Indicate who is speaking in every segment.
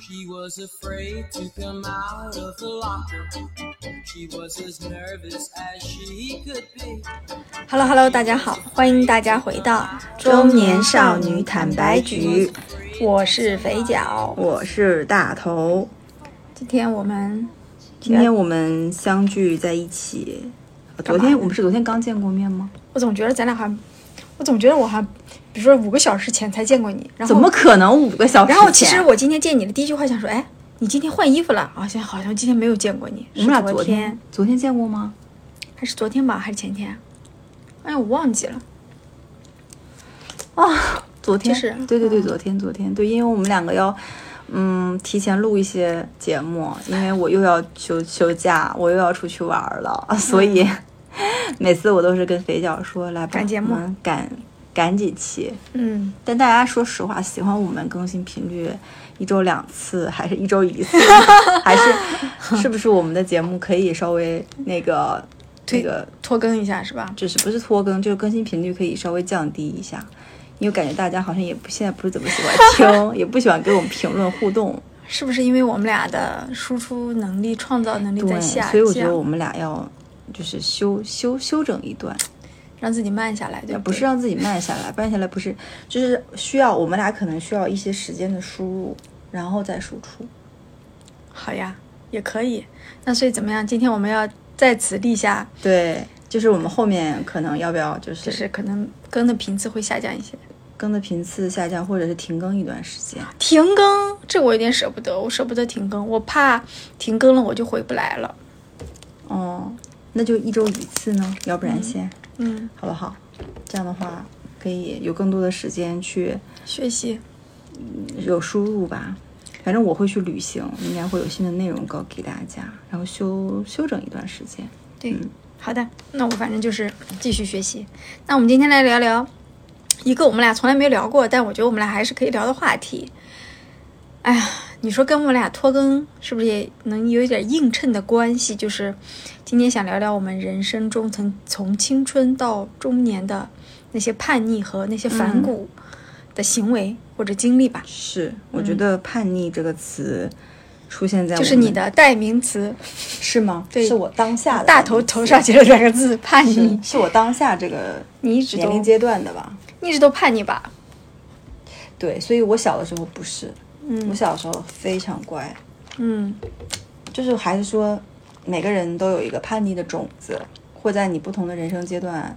Speaker 1: She was afraid to come out of the locker. She was as nervous as she could be.
Speaker 2: Hello Hello，大家好，欢迎大家回到
Speaker 3: 中年少女坦白局，
Speaker 2: 我是肥脚。
Speaker 3: 我是大头。
Speaker 2: 今天我们
Speaker 3: 今天我们相聚在一起，昨天我们是昨天刚见过面吗？
Speaker 2: 我总觉得咱俩还，我总觉得我还，比如说五个小时前才见过你，然后
Speaker 3: 怎么可能五个小时前？
Speaker 2: 然后其实我今天见你的第一句话想说，哎，你今天换衣服了？好像好像今天没有见过你，
Speaker 3: 我们俩
Speaker 2: 是
Speaker 3: 昨
Speaker 2: 昨
Speaker 3: 天昨天见过吗？
Speaker 2: 还是昨天吧，还是前天？哎呀，我忘记了。
Speaker 3: 昨天
Speaker 2: 就是
Speaker 3: 对对对，
Speaker 2: 嗯
Speaker 3: 昨天昨天对，因为我们两个要嗯提前录一些节目，因为我又要休休假，我又要出去玩儿
Speaker 2: 嗯
Speaker 3: 了，所以每次我都是跟肥脚说来吧
Speaker 2: 赶节目
Speaker 3: 我们赶赶几期。
Speaker 2: 嗯，
Speaker 3: 但大家说实话，喜欢我们更新频率一周两次，还是一周一次， 还是是不是我们的节目可以稍微那个
Speaker 2: 推
Speaker 3: 那个，
Speaker 2: 拖更一下是吧？
Speaker 3: 就是不是拖更，就是更新频率可以稍微降低一下，因为感觉大家好像也不现在不是怎么喜欢 听，也不喜欢给我们评论互动，
Speaker 2: 是不是因为我们俩的输出能力、创造能力在
Speaker 3: 对，
Speaker 2: 下
Speaker 3: 所以我觉得
Speaker 2: 降，
Speaker 3: 我们俩要就是修修修整一段，
Speaker 2: 让自己慢下来，对
Speaker 3: 也
Speaker 2: 不
Speaker 3: 不
Speaker 2: 对
Speaker 3: 是让自己慢下来，慢下来不是就是需要我们俩可能需要一些时间的输入，然后再输出。
Speaker 2: 好呀，也可以。那所以怎么样？今天我们要在此立下，
Speaker 3: 对，就是我们后面可能要不要就
Speaker 2: 就是是可能更的频次会下降一些。
Speaker 3: 更的频次下降，或者是停更一段时间。
Speaker 2: 停更，这我有点舍不得，我舍不得停更，我怕停更了我就回不来了。
Speaker 3: 哦，那就一周一次呢，要不然先、
Speaker 2: 嗯，
Speaker 3: 好不好？这样的话可以有更多的时间去
Speaker 2: 学习，
Speaker 3: 有输入吧。反正我会去旅行，应该会有新的内容告给大家，然后休休整一段时间。
Speaker 2: 对，好的，那我反正就是继续学习。那我们今天来聊聊一个我们俩从来没聊过，但我觉得我们俩还是可以聊的话题。哎呀，你说跟我们俩拖更是不是也能有一点映衬的关系？就是今天想聊聊我们人生中曾从青春到中年的那些叛逆和那些反骨的行为或者经历吧，
Speaker 3: 是，嗯我觉得“叛逆”这个词出现在
Speaker 2: 就是
Speaker 3: 我
Speaker 2: 你
Speaker 3: 们
Speaker 2: 的代名词。
Speaker 3: 是吗？
Speaker 2: 对
Speaker 3: 是我当下的
Speaker 2: 大头头上写了两个字“叛逆
Speaker 3: 是是我当下这个”，
Speaker 2: 你一直
Speaker 3: 年
Speaker 2: 都
Speaker 3: 龄阶段的吧？
Speaker 2: 你一直都叛逆吧？
Speaker 3: 对，所以我小的时候不是，我
Speaker 2: 嗯
Speaker 3: 小时候非常乖，
Speaker 2: 嗯。
Speaker 3: 就是还是说，每个人都有一个叛逆的种子，会在你不同的人生阶段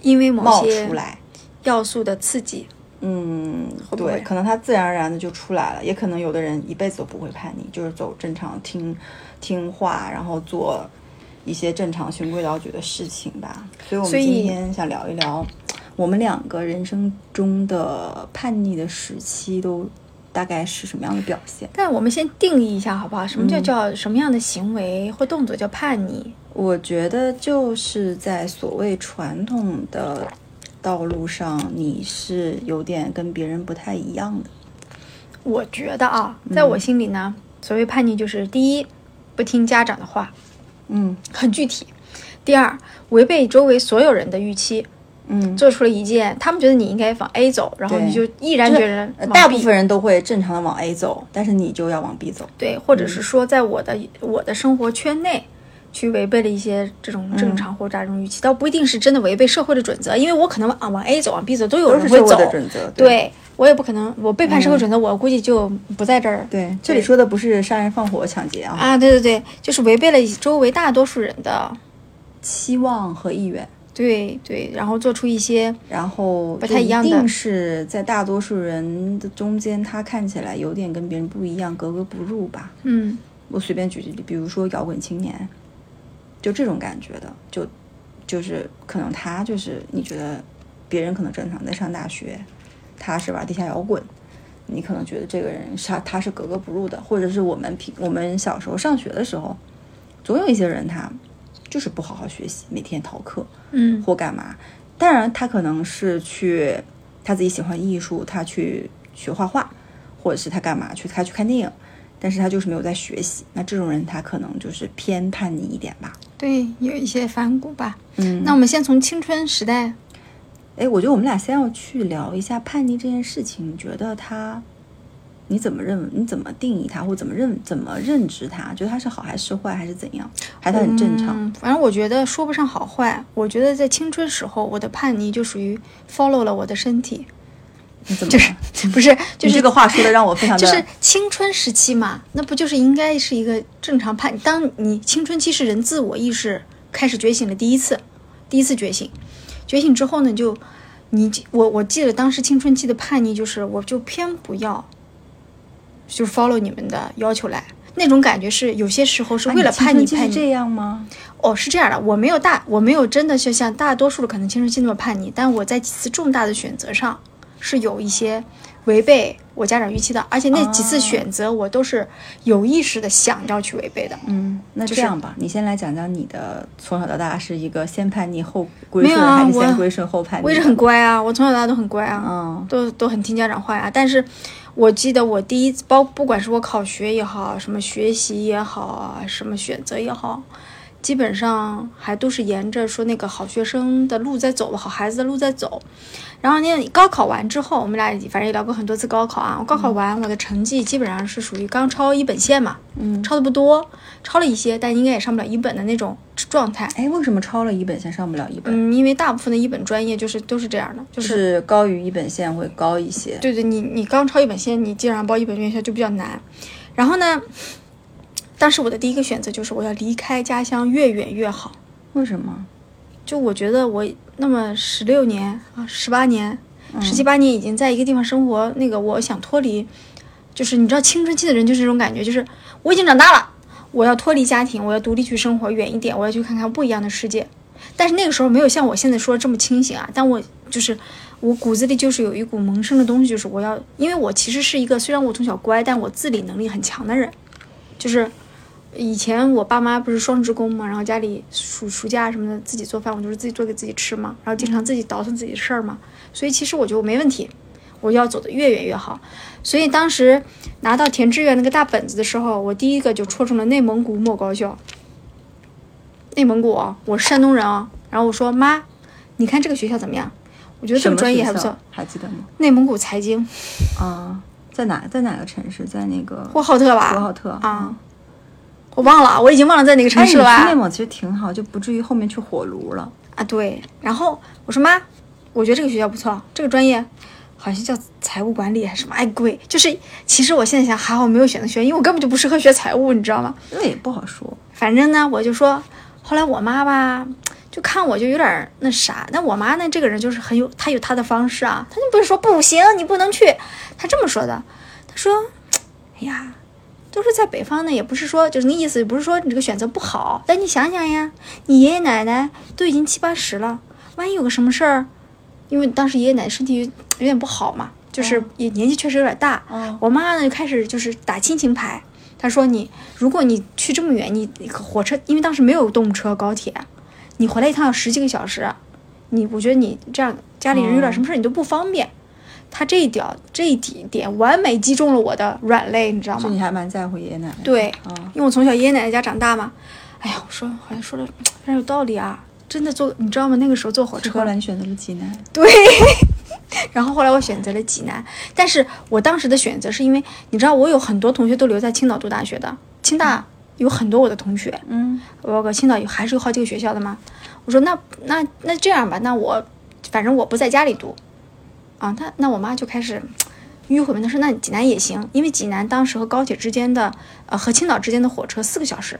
Speaker 2: 因为某
Speaker 3: 冒
Speaker 2: 些
Speaker 3: 出来。
Speaker 2: 要素的刺激，
Speaker 3: 嗯，
Speaker 2: 会不会
Speaker 3: 对，可能他自然而然的就出来了，也可能有的人一辈子都不会叛逆，就是走正常听听话，然后做一些正常循规蹈矩的事情吧。所以我
Speaker 2: 所
Speaker 3: 们
Speaker 2: 以
Speaker 3: 今天想聊一聊我们两个人生中的叛逆的时期都大概是什么样的表现。
Speaker 2: 但我们先定义一下好不好？什么叫
Speaker 3: 嗯
Speaker 2: 叫什么样的行为或动作叫叛逆？
Speaker 3: 我觉得就是在所谓传统的道路上，你是有点跟别人不太一样的。
Speaker 2: 我觉得啊，
Speaker 3: 嗯
Speaker 2: 在我心里呢，所谓叛逆就是第一，不听家长的话，
Speaker 3: 嗯
Speaker 2: 很具体；第二，违背周围所有人的预期，
Speaker 3: 嗯，
Speaker 2: 做出了一件他们觉得你应该往 A 走，然后你就
Speaker 3: 对
Speaker 2: 毅然
Speaker 3: 就
Speaker 2: 决
Speaker 3: 是
Speaker 2: 然
Speaker 3: 呃
Speaker 2: 往
Speaker 3: 大
Speaker 2: B
Speaker 3: 部分人都会正常的往 A 走，但是你就要往 B 走。
Speaker 2: 对，或
Speaker 3: 嗯
Speaker 2: 者是说在我的、我的生活圈内。去违背了一些这种
Speaker 3: 嗯
Speaker 2: 正常或者大众预期，倒不一定是真的违背社会的准则，因为我可能啊往 A 走，往 B 走都有
Speaker 3: 都
Speaker 2: 人
Speaker 3: 是
Speaker 2: 会
Speaker 3: 社
Speaker 2: 走
Speaker 3: 会的准则。嗯
Speaker 2: 对我也不可能，我背叛社会准则，我估计就不在这儿。
Speaker 3: 对，这里说的不是杀人放火抢劫啊，
Speaker 2: 啊，对对对，就是违背了周围大多数人的，
Speaker 3: 期望和意愿，
Speaker 2: 对对，然后做出一些
Speaker 3: 然后
Speaker 2: 不
Speaker 3: 就
Speaker 2: 太一样的
Speaker 3: 定是在大多数人的中间，他看起来有点跟别人不一样，格格不入吧。
Speaker 2: 嗯
Speaker 3: 我随便举个例，比如说摇滚青年，就这种感觉的，就就是可能他就是你觉得别人可能正常在上大学，他是玩地下摇滚，你可能觉得这个人是他他是格格不入的，或者是我们平我们小时候上学的时候，总有一些人他就是不好好学习，每天逃课
Speaker 2: 嗯
Speaker 3: 或干嘛，当然他可能是去他自己喜欢艺术，他去学画画，或者是他干嘛去他去看电影。但是他就是没有在学习。那这种人，他可能就是偏叛逆一点吧。
Speaker 2: 对，有一些反骨吧。
Speaker 3: 嗯
Speaker 2: 那我们先从青春时代，
Speaker 3: 哎，我觉得我们俩先要去聊一下叛逆这件事情。你觉得他你怎么认？你怎么定义它，或怎么认怎么认知它？觉得它是好还是坏，还是怎样？还是它很正常？
Speaker 2: 嗯，反正我觉得说不上好坏，我觉得在青春时候，我的叛逆就属于 follow 了我的身体，
Speaker 3: 你怎么
Speaker 2: 就
Speaker 3: 了？
Speaker 2: 是不是就
Speaker 3: 嗯你
Speaker 2: 是
Speaker 3: 这个话说的让我非常的，
Speaker 2: 就是青春时期嘛，那不就是应该是一个正常判？当你青春期是人自我意识开始觉醒的第一次，第一次觉醒，觉醒之后呢，就你我我记得当时青春期的叛逆就是，我就偏不要，就是 follow 你们的要求来，那种感觉是有些时候是
Speaker 3: 啊
Speaker 2: 为了叛逆
Speaker 3: 青春
Speaker 2: 叛
Speaker 3: 期是
Speaker 2: 逆。
Speaker 3: 这样吗？
Speaker 2: 哦，是这样的，我没有大，我没有真的就像大多数的可能青春期那么叛逆，但我在几次重大的选择上是有一些违背我家长预期的，而且那几次选择我都是有意识的想要去违背的。
Speaker 3: 嗯，那
Speaker 2: 就
Speaker 3: 这
Speaker 2: 是
Speaker 3: 样吧，你先来讲讲你的从小到大是一个先叛逆后归
Speaker 2: 没
Speaker 3: 顺，
Speaker 2: 有啊
Speaker 3: 还是
Speaker 2: 我
Speaker 3: 先归顺后叛逆？
Speaker 2: 我一直很，乖啊，我从小到大都很乖啊，
Speaker 3: 嗯，
Speaker 2: 都都很听家长话呀、但是我记得我第一次，包不管是我考学也好，什么学习也好啊，什么选择也好。基本上还都是沿着说那个好学生的路在走，好孩子的路在走。然后那高考完之后，我们俩也反正也聊过很多次高考啊。我高考完，我的成绩基本上是属于刚超一本线嘛，
Speaker 3: 嗯
Speaker 2: 超的不多，超了一些，但应该也上不了一本的那种状态。
Speaker 3: 哎，为什么超了一本线上不了一本？
Speaker 2: 嗯，因为大部分的一本专业就是都是这样的，就
Speaker 3: 就是是高于一本线会高一些。
Speaker 2: 对对，你你刚超一本线，你基本上报一本院校就比较难。然后呢，当时我的第一个选择就是我要离开家乡越远越好。
Speaker 3: 为什么？
Speaker 2: 就我觉得我那么十六年啊，十八年，十七八年已经在一个地方生活，那个我想脱离，就是你知道青春期的人就是这种感觉，就是我已经长大了，我要脱离家庭，我要独立去生活远一点，我要去看看不一样的世界。但是那个时候没有像我现在说的这么清醒啊，但我就是我骨子里就是有一股萌生的东西，就是我要，因为我其实是一个虽然我从小乖，但我自理能力很强的人，就是以前我爸妈不是双职工嘛，然后家里暑暑假什么的自己做饭，我就是自己做给自己吃嘛，然后经
Speaker 3: 嗯
Speaker 2: 常自己倒腾自己的事儿嘛，所以其实我觉得我没问题，我要走得越远越好。所以当时拿到填志愿那个大本子的时候，我第一个就戳中了内蒙古某高校。内蒙古啊，我是山东人啊，然后我说妈，你看这个学校怎么样？我觉得这
Speaker 3: 什
Speaker 2: 个
Speaker 3: 么
Speaker 2: 专业
Speaker 3: 学
Speaker 2: 还不
Speaker 3: 校
Speaker 2: 错。
Speaker 3: 还记得吗？
Speaker 2: 内蒙古财经，
Speaker 3: 啊，在哪在哪个城市？在那个
Speaker 2: 呼和浩特吧？
Speaker 3: 呼和浩特
Speaker 2: 啊，我忘了，我已经忘了在哪个城
Speaker 3: 哎，
Speaker 2: 市
Speaker 3: 你
Speaker 2: 了吧？
Speaker 3: 去内蒙其实挺好，就不至于后面去火炉了。
Speaker 2: 啊，对。然后我说妈，我觉得这个学校不错，这个专业好像叫财务管理还是什么，哎贵。就是其实我现在想，还好没有选择学院，因为我根本就不适合学财务，你知道吗？
Speaker 3: 那也不好说。
Speaker 2: 反正呢，我就说，后来我妈吧，就看我就有点儿那啥。那我妈呢，这个人就是很有，她有她的方式啊，她就不是说不行，你不能去，她这么说的。她说，哎呀，都是在北方呢，也不是说就是那意思，也不是说你这个选择不好，但你想想呀，你爷爷奶奶都已经七八十了，万一有个什么事儿，因为当时爷爷奶奶身体有有点不好嘛，就是也年纪确实有点大。
Speaker 3: 嗯
Speaker 2: 我妈呢就开始就是打亲情牌，她说你如果你去这么远，你你火车，因为当时没有动车高铁，你回来一趟要十几个小时，你我觉得你这样家里人有点什么事儿你都不方便。她这一点这一点完美击中了我的软肋，你知道吗
Speaker 3: 就？你还蛮在乎爷爷奶奶。，
Speaker 2: 嗯对，
Speaker 3: 啊，
Speaker 2: 因为我从小爷爷奶奶家长大嘛。哎呀，我说好像说的非常有道理啊，真的坐，你知道吗？那个时候坐火
Speaker 3: 吃
Speaker 2: 车
Speaker 3: 喝了，你选择了济南。
Speaker 2: 对。然后后来我选择了济南，但是我当时的选择是因为你知道，我有很多同学都留在青岛读大学的，青大有很多我的同学，
Speaker 3: 嗯，
Speaker 2: 包括青岛有还是有好几个学校的嘛。我说那那那这样吧，那我反正我不在家里读，啊，那那我妈就开始迂回嘛，她说那济南也行，因为济南当时和高铁之间的呃和青岛之间的火车四个小时，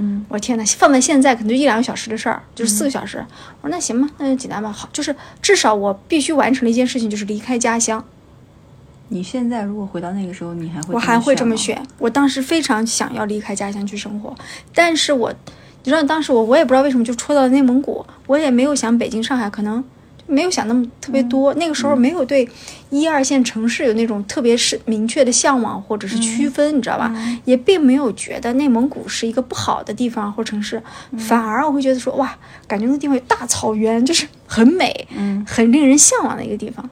Speaker 3: 嗯，
Speaker 2: 我天呐，放在现在可能就一两个小时的事儿，就是四个小时。我说那行吧，那就济南吧，好，就是至少我必须完成了一件事情，就是离开家乡。
Speaker 3: 你现在如果回到那个时候，你还会
Speaker 2: 我还会这么
Speaker 3: 选
Speaker 2: 选。我当时非常想要离开家乡去生活，但是我，你知道当时我我也不知道为什么就戳到了内蒙古，我也没有想北京、上海，可能就没有想那么特别多。
Speaker 3: 嗯
Speaker 2: 那个时候没有对一二线城市有那种特别是明确的向往或者是
Speaker 3: 嗯
Speaker 2: 区分，你知道吧？也并没有觉得内蒙古是一个不好的地方或城市，
Speaker 3: 嗯
Speaker 2: 反而我会觉得说哇，感觉那地方有大草原，就是很美，
Speaker 3: 嗯
Speaker 2: 很令人向往的一个地方，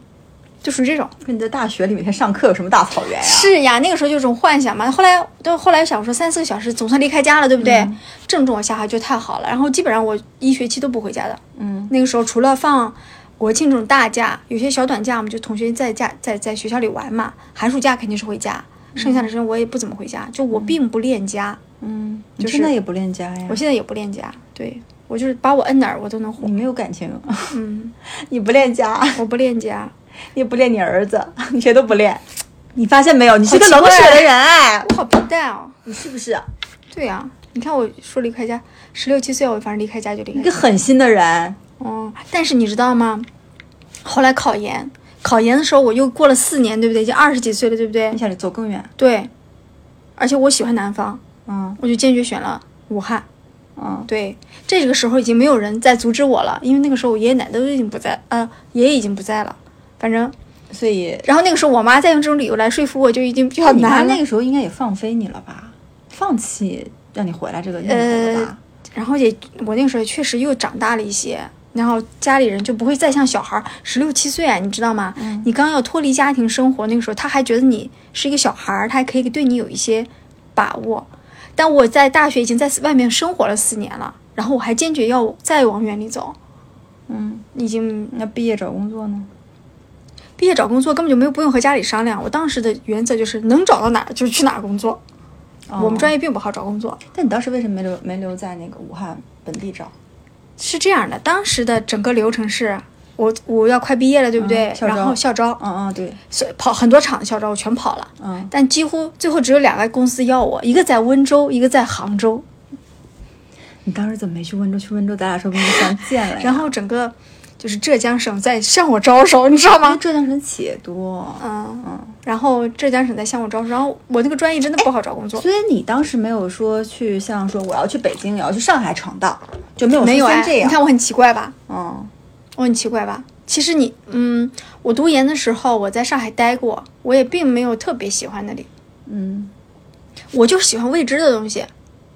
Speaker 2: 就属于这种。
Speaker 3: 吗。跟你在大学里每天上课有什么大草原呀、啊
Speaker 2: 是呀，那个时候就有种幻想嘛。后来，到后来想说三四个小时总算离开家了，对不对？
Speaker 3: 嗯
Speaker 2: 正中我下怀，就太好了。然后基本上我一学期都不回家的。
Speaker 3: 嗯，
Speaker 2: 那个时候除了放国庆这种大假，有些小短假，我们就同学在家在在学校里玩嘛。寒暑假肯定是回家，剩下的时间我也不怎么回家，就我并不恋家，
Speaker 3: 嗯，你
Speaker 2: 就
Speaker 3: 现在
Speaker 2: 是
Speaker 3: 也不恋家呀
Speaker 2: 我？现在也不恋家，对我就是把我摁哪儿我都能
Speaker 3: 你
Speaker 2: 红。
Speaker 3: 没有感情，啊
Speaker 2: 嗯，
Speaker 3: 你不恋 家，啊
Speaker 2: 我不恋家，
Speaker 3: 你也不恋你儿子， 你谁都不恋。你发现没有？你是个
Speaker 2: 好奇
Speaker 3: 冷
Speaker 2: 怪
Speaker 3: 血的人哎，
Speaker 2: 我好平淡哦。
Speaker 3: 你是不是
Speaker 2: 对呀、你看我说离开家，十六七岁我反正离开家就离开
Speaker 3: 一个
Speaker 2: 家。
Speaker 3: 狠心的人？
Speaker 2: 哦，但是你知道吗？后来考研，考研的时候我又过了四年，对不对？已经二十几岁了，对不对
Speaker 3: 你？想你走更远？
Speaker 2: 对，而且我喜欢南方，
Speaker 3: 嗯
Speaker 2: 我就坚决选了武汉。
Speaker 3: 嗯，
Speaker 2: 对，这个时候已经没有人再阻止我了，因为那个时候我爷爷奶奶都已经不在，呃，爷爷已经不在了。反正，
Speaker 3: 所以
Speaker 2: 然后那个时候我妈再用这种理由来说服我，就已经比较
Speaker 3: 哦你妈
Speaker 2: 难了。
Speaker 3: 那个时候应该也放飞你了吧？放弃让你回来这个念头了吧？
Speaker 2: 然后也，我那个时候也确实又长大了一些，然后家里人就不会再像小孩十六七岁啊，你知道吗？
Speaker 3: 嗯
Speaker 2: 你刚要脱离家庭生活，那个时候他还觉得你是一个小孩儿，他还可以对你有一些把握。但我在大学已经在外面生活了四年了，然后我还坚决要再往远里走，
Speaker 3: 嗯，
Speaker 2: 已经
Speaker 3: 那毕业找工作呢？
Speaker 2: 毕业找工作根本就没有不用和家里商量。我当时的原则就是能找到哪儿就去哪儿工作。我们专
Speaker 3: 业，
Speaker 2: 业并不好找工作，
Speaker 3: 哦但你当时为什么没留没留在那个武汉本地找？
Speaker 2: 是这样的，当时的整个流程是，我我要快毕业了，对不对？
Speaker 3: 嗯校招
Speaker 2: 然后校招，
Speaker 3: 嗯嗯，对，
Speaker 2: 所以跑很多场的校招，我全跑了，
Speaker 3: 嗯，
Speaker 2: 但几乎最后只有两个公司要我，一个在温州，一个在杭州。
Speaker 3: 你当时怎么没去温州？去温州咱俩说不定就相见了呀。
Speaker 2: 然后整个就是浙江省在向我招手，你知道
Speaker 3: 因为
Speaker 2: 吗？
Speaker 3: 浙江省企业多，
Speaker 2: 嗯，
Speaker 3: 嗯，
Speaker 2: 然后浙江省在向我招手，然后我那个专业真的不好找工作，
Speaker 3: 哎所以你当时没有说去像说我要去北京，我要去上海闯荡，就没有
Speaker 2: 没有
Speaker 3: 说
Speaker 2: 哎，
Speaker 3: 先这
Speaker 2: 你
Speaker 3: 样。
Speaker 2: 看我很奇怪吧？
Speaker 3: 嗯，
Speaker 2: 我很奇怪吧？其实你，嗯，我读研的时候我在上海待过，我也并没有特别喜欢那里，
Speaker 3: 嗯
Speaker 2: 我就是喜欢未知的东西，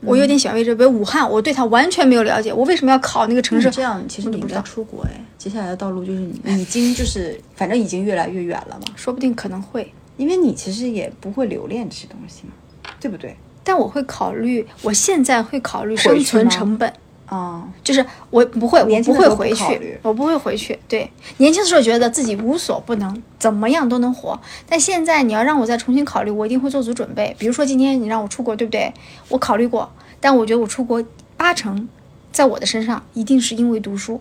Speaker 2: 我有点喜欢未知。比如武汉，我对它完全没有了解，我为什么要考那个城
Speaker 3: 嗯，
Speaker 2: 市？
Speaker 3: 这样其实
Speaker 2: 我都
Speaker 3: 你应
Speaker 2: 不知
Speaker 3: 该
Speaker 2: 道，
Speaker 3: 出国哎，接下来的道路就是你已经就是反正已经越来越远了嘛，
Speaker 2: 说不定可能会，
Speaker 3: 因为你其实也不会留恋这些东西嘛，对不对？
Speaker 2: 但我会考虑，我现在会考虑
Speaker 3: 回
Speaker 2: 生
Speaker 3: 去
Speaker 2: 存
Speaker 3: 吗
Speaker 2: 成本。
Speaker 3: 啊、
Speaker 2: 就是我不会，我
Speaker 3: 年
Speaker 2: 不
Speaker 3: 轻的
Speaker 2: 会
Speaker 3: 时候不
Speaker 2: 回去
Speaker 3: 考虑，
Speaker 2: 我不会回去。对，年轻的时候觉得自己无所不能，怎么样都能活。但现在你要让我再重新考虑，我一定会做足准备。比如说今天你让我出国，对不对？我考虑过，但我觉得我出国八成，在我的身上一定是因为读 书。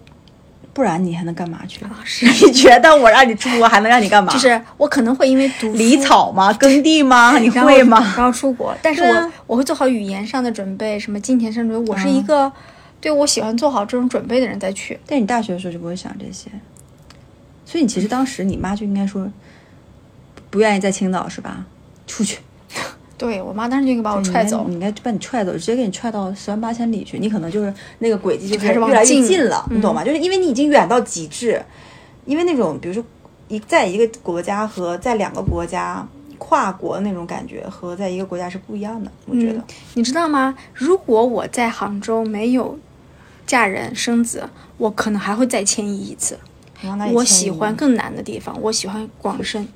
Speaker 3: 不然你还能干嘛去？
Speaker 2: 是，
Speaker 3: 你觉得我让你出国还能让你干嘛？
Speaker 2: 就是我可能会因为读
Speaker 3: 犁
Speaker 2: 书
Speaker 3: 草吗？耕地吗？你
Speaker 2: 然后
Speaker 3: 会吗？
Speaker 2: 然后出国，但是
Speaker 3: 对
Speaker 2: 我、
Speaker 3: 啊嗯
Speaker 2: 我会做好语言上的准备，什么金钱上的准备。我是一个、对我喜欢做好这种准备的人再去。
Speaker 3: 但你大学的时候就不会想这些，所以你其实当时你妈就应该说，不愿意在青岛是吧？出去，
Speaker 2: 对我妈当时就应该把我踹走
Speaker 3: 你。应该你应该把你踹走，直接给你踹到十万八千里去。你可能就是那个轨迹就
Speaker 2: 就开始往
Speaker 3: 越来越
Speaker 2: 近
Speaker 3: 近了，
Speaker 2: 嗯
Speaker 3: 你懂吗？就是因为你已经远到极致，因为那种比如说一在一个国家和在两个国家跨国那种感觉和在一个国家是不一样的，我觉得。
Speaker 2: 嗯你知道吗？如果我在杭州没有嫁人生子，我可能还会再迁移一次。
Speaker 3: 你往哪里
Speaker 2: 我
Speaker 3: 迁移
Speaker 2: 喜欢更南的地方，我喜欢广深、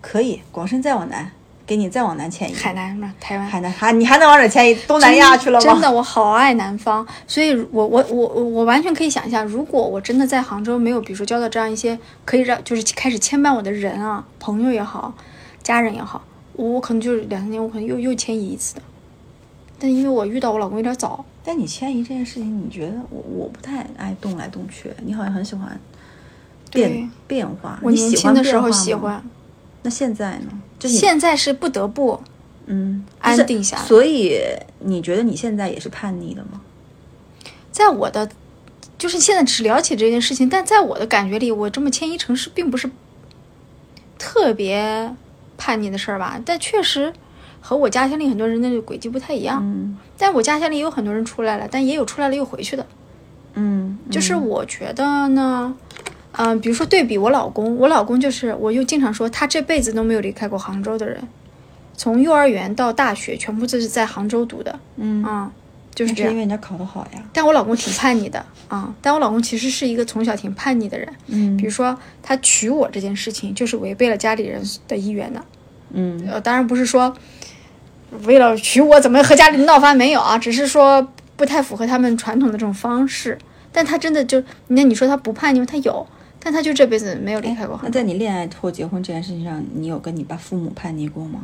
Speaker 3: 可以，广深再往南，给你再往南迁移。
Speaker 2: 海南嘛，台湾。
Speaker 3: 海南，还你还能往哪迁移？东南亚去了吗？
Speaker 2: 真的，我好爱南方，所以我我我我我完全可以想象，如果我真的在杭州没有，比如说交到这样一些可以让就是开始牵绊我的人啊，朋友也好，家人也好，我我可能就是两三年，我可能又又迁移一次的。但因为我遇到我老公有点早，
Speaker 3: 但你迁移这件事情，你觉得我我不太爱动来动去，你好像很喜欢
Speaker 2: 对
Speaker 3: 变变化。
Speaker 2: 我
Speaker 3: 你
Speaker 2: 年
Speaker 3: 喜
Speaker 2: 轻
Speaker 3: 欢
Speaker 2: 的
Speaker 3: 变
Speaker 2: 时候
Speaker 3: 化
Speaker 2: 喜
Speaker 3: 吗。
Speaker 2: 欢，
Speaker 3: 那现在呢？就你
Speaker 2: 现在是不得不，
Speaker 3: 嗯
Speaker 2: 安
Speaker 3: 就是
Speaker 2: 定下来
Speaker 3: 所以你觉得你现在也是叛逆的吗？
Speaker 2: 在我的就是现在只了解这件事情，但在我的感觉里，我这么迁移城市并不是特别叛逆的事儿吧，但确实和我家乡里很多人的轨迹不太一样。
Speaker 3: 嗯
Speaker 2: 但我家乡里也有很多人出来了，但也有出来了又回去的。
Speaker 3: 嗯，
Speaker 2: 就是我觉得呢，嗯、比如说对比我老公，我老公就是我又经常说他这辈子都没有离开过杭州的人，从幼儿园到大学全部都是在杭州读的，
Speaker 3: 嗯，
Speaker 2: 啊、就
Speaker 3: 那
Speaker 2: 是
Speaker 3: 是
Speaker 2: 这
Speaker 3: 因
Speaker 2: 样
Speaker 3: 为。人家考得好呀。
Speaker 2: 但我老公挺叛逆的啊、但我老公其实是一个从小挺叛逆的人。
Speaker 3: 嗯
Speaker 2: 比如说，他娶我这件事情，就是违背了家里人的意愿的。
Speaker 3: 嗯
Speaker 2: 呃，当然不是说为了娶我怎么和家里闹翻没有啊，只是说不太符合他们传统的这种方式。但他真的就，那你说他不叛逆吗？他有，但他就这辈子没有离开过
Speaker 3: 哎那
Speaker 2: 杭州。
Speaker 3: 在你恋爱或结婚这件事情上，你有跟你爸父母叛逆过吗？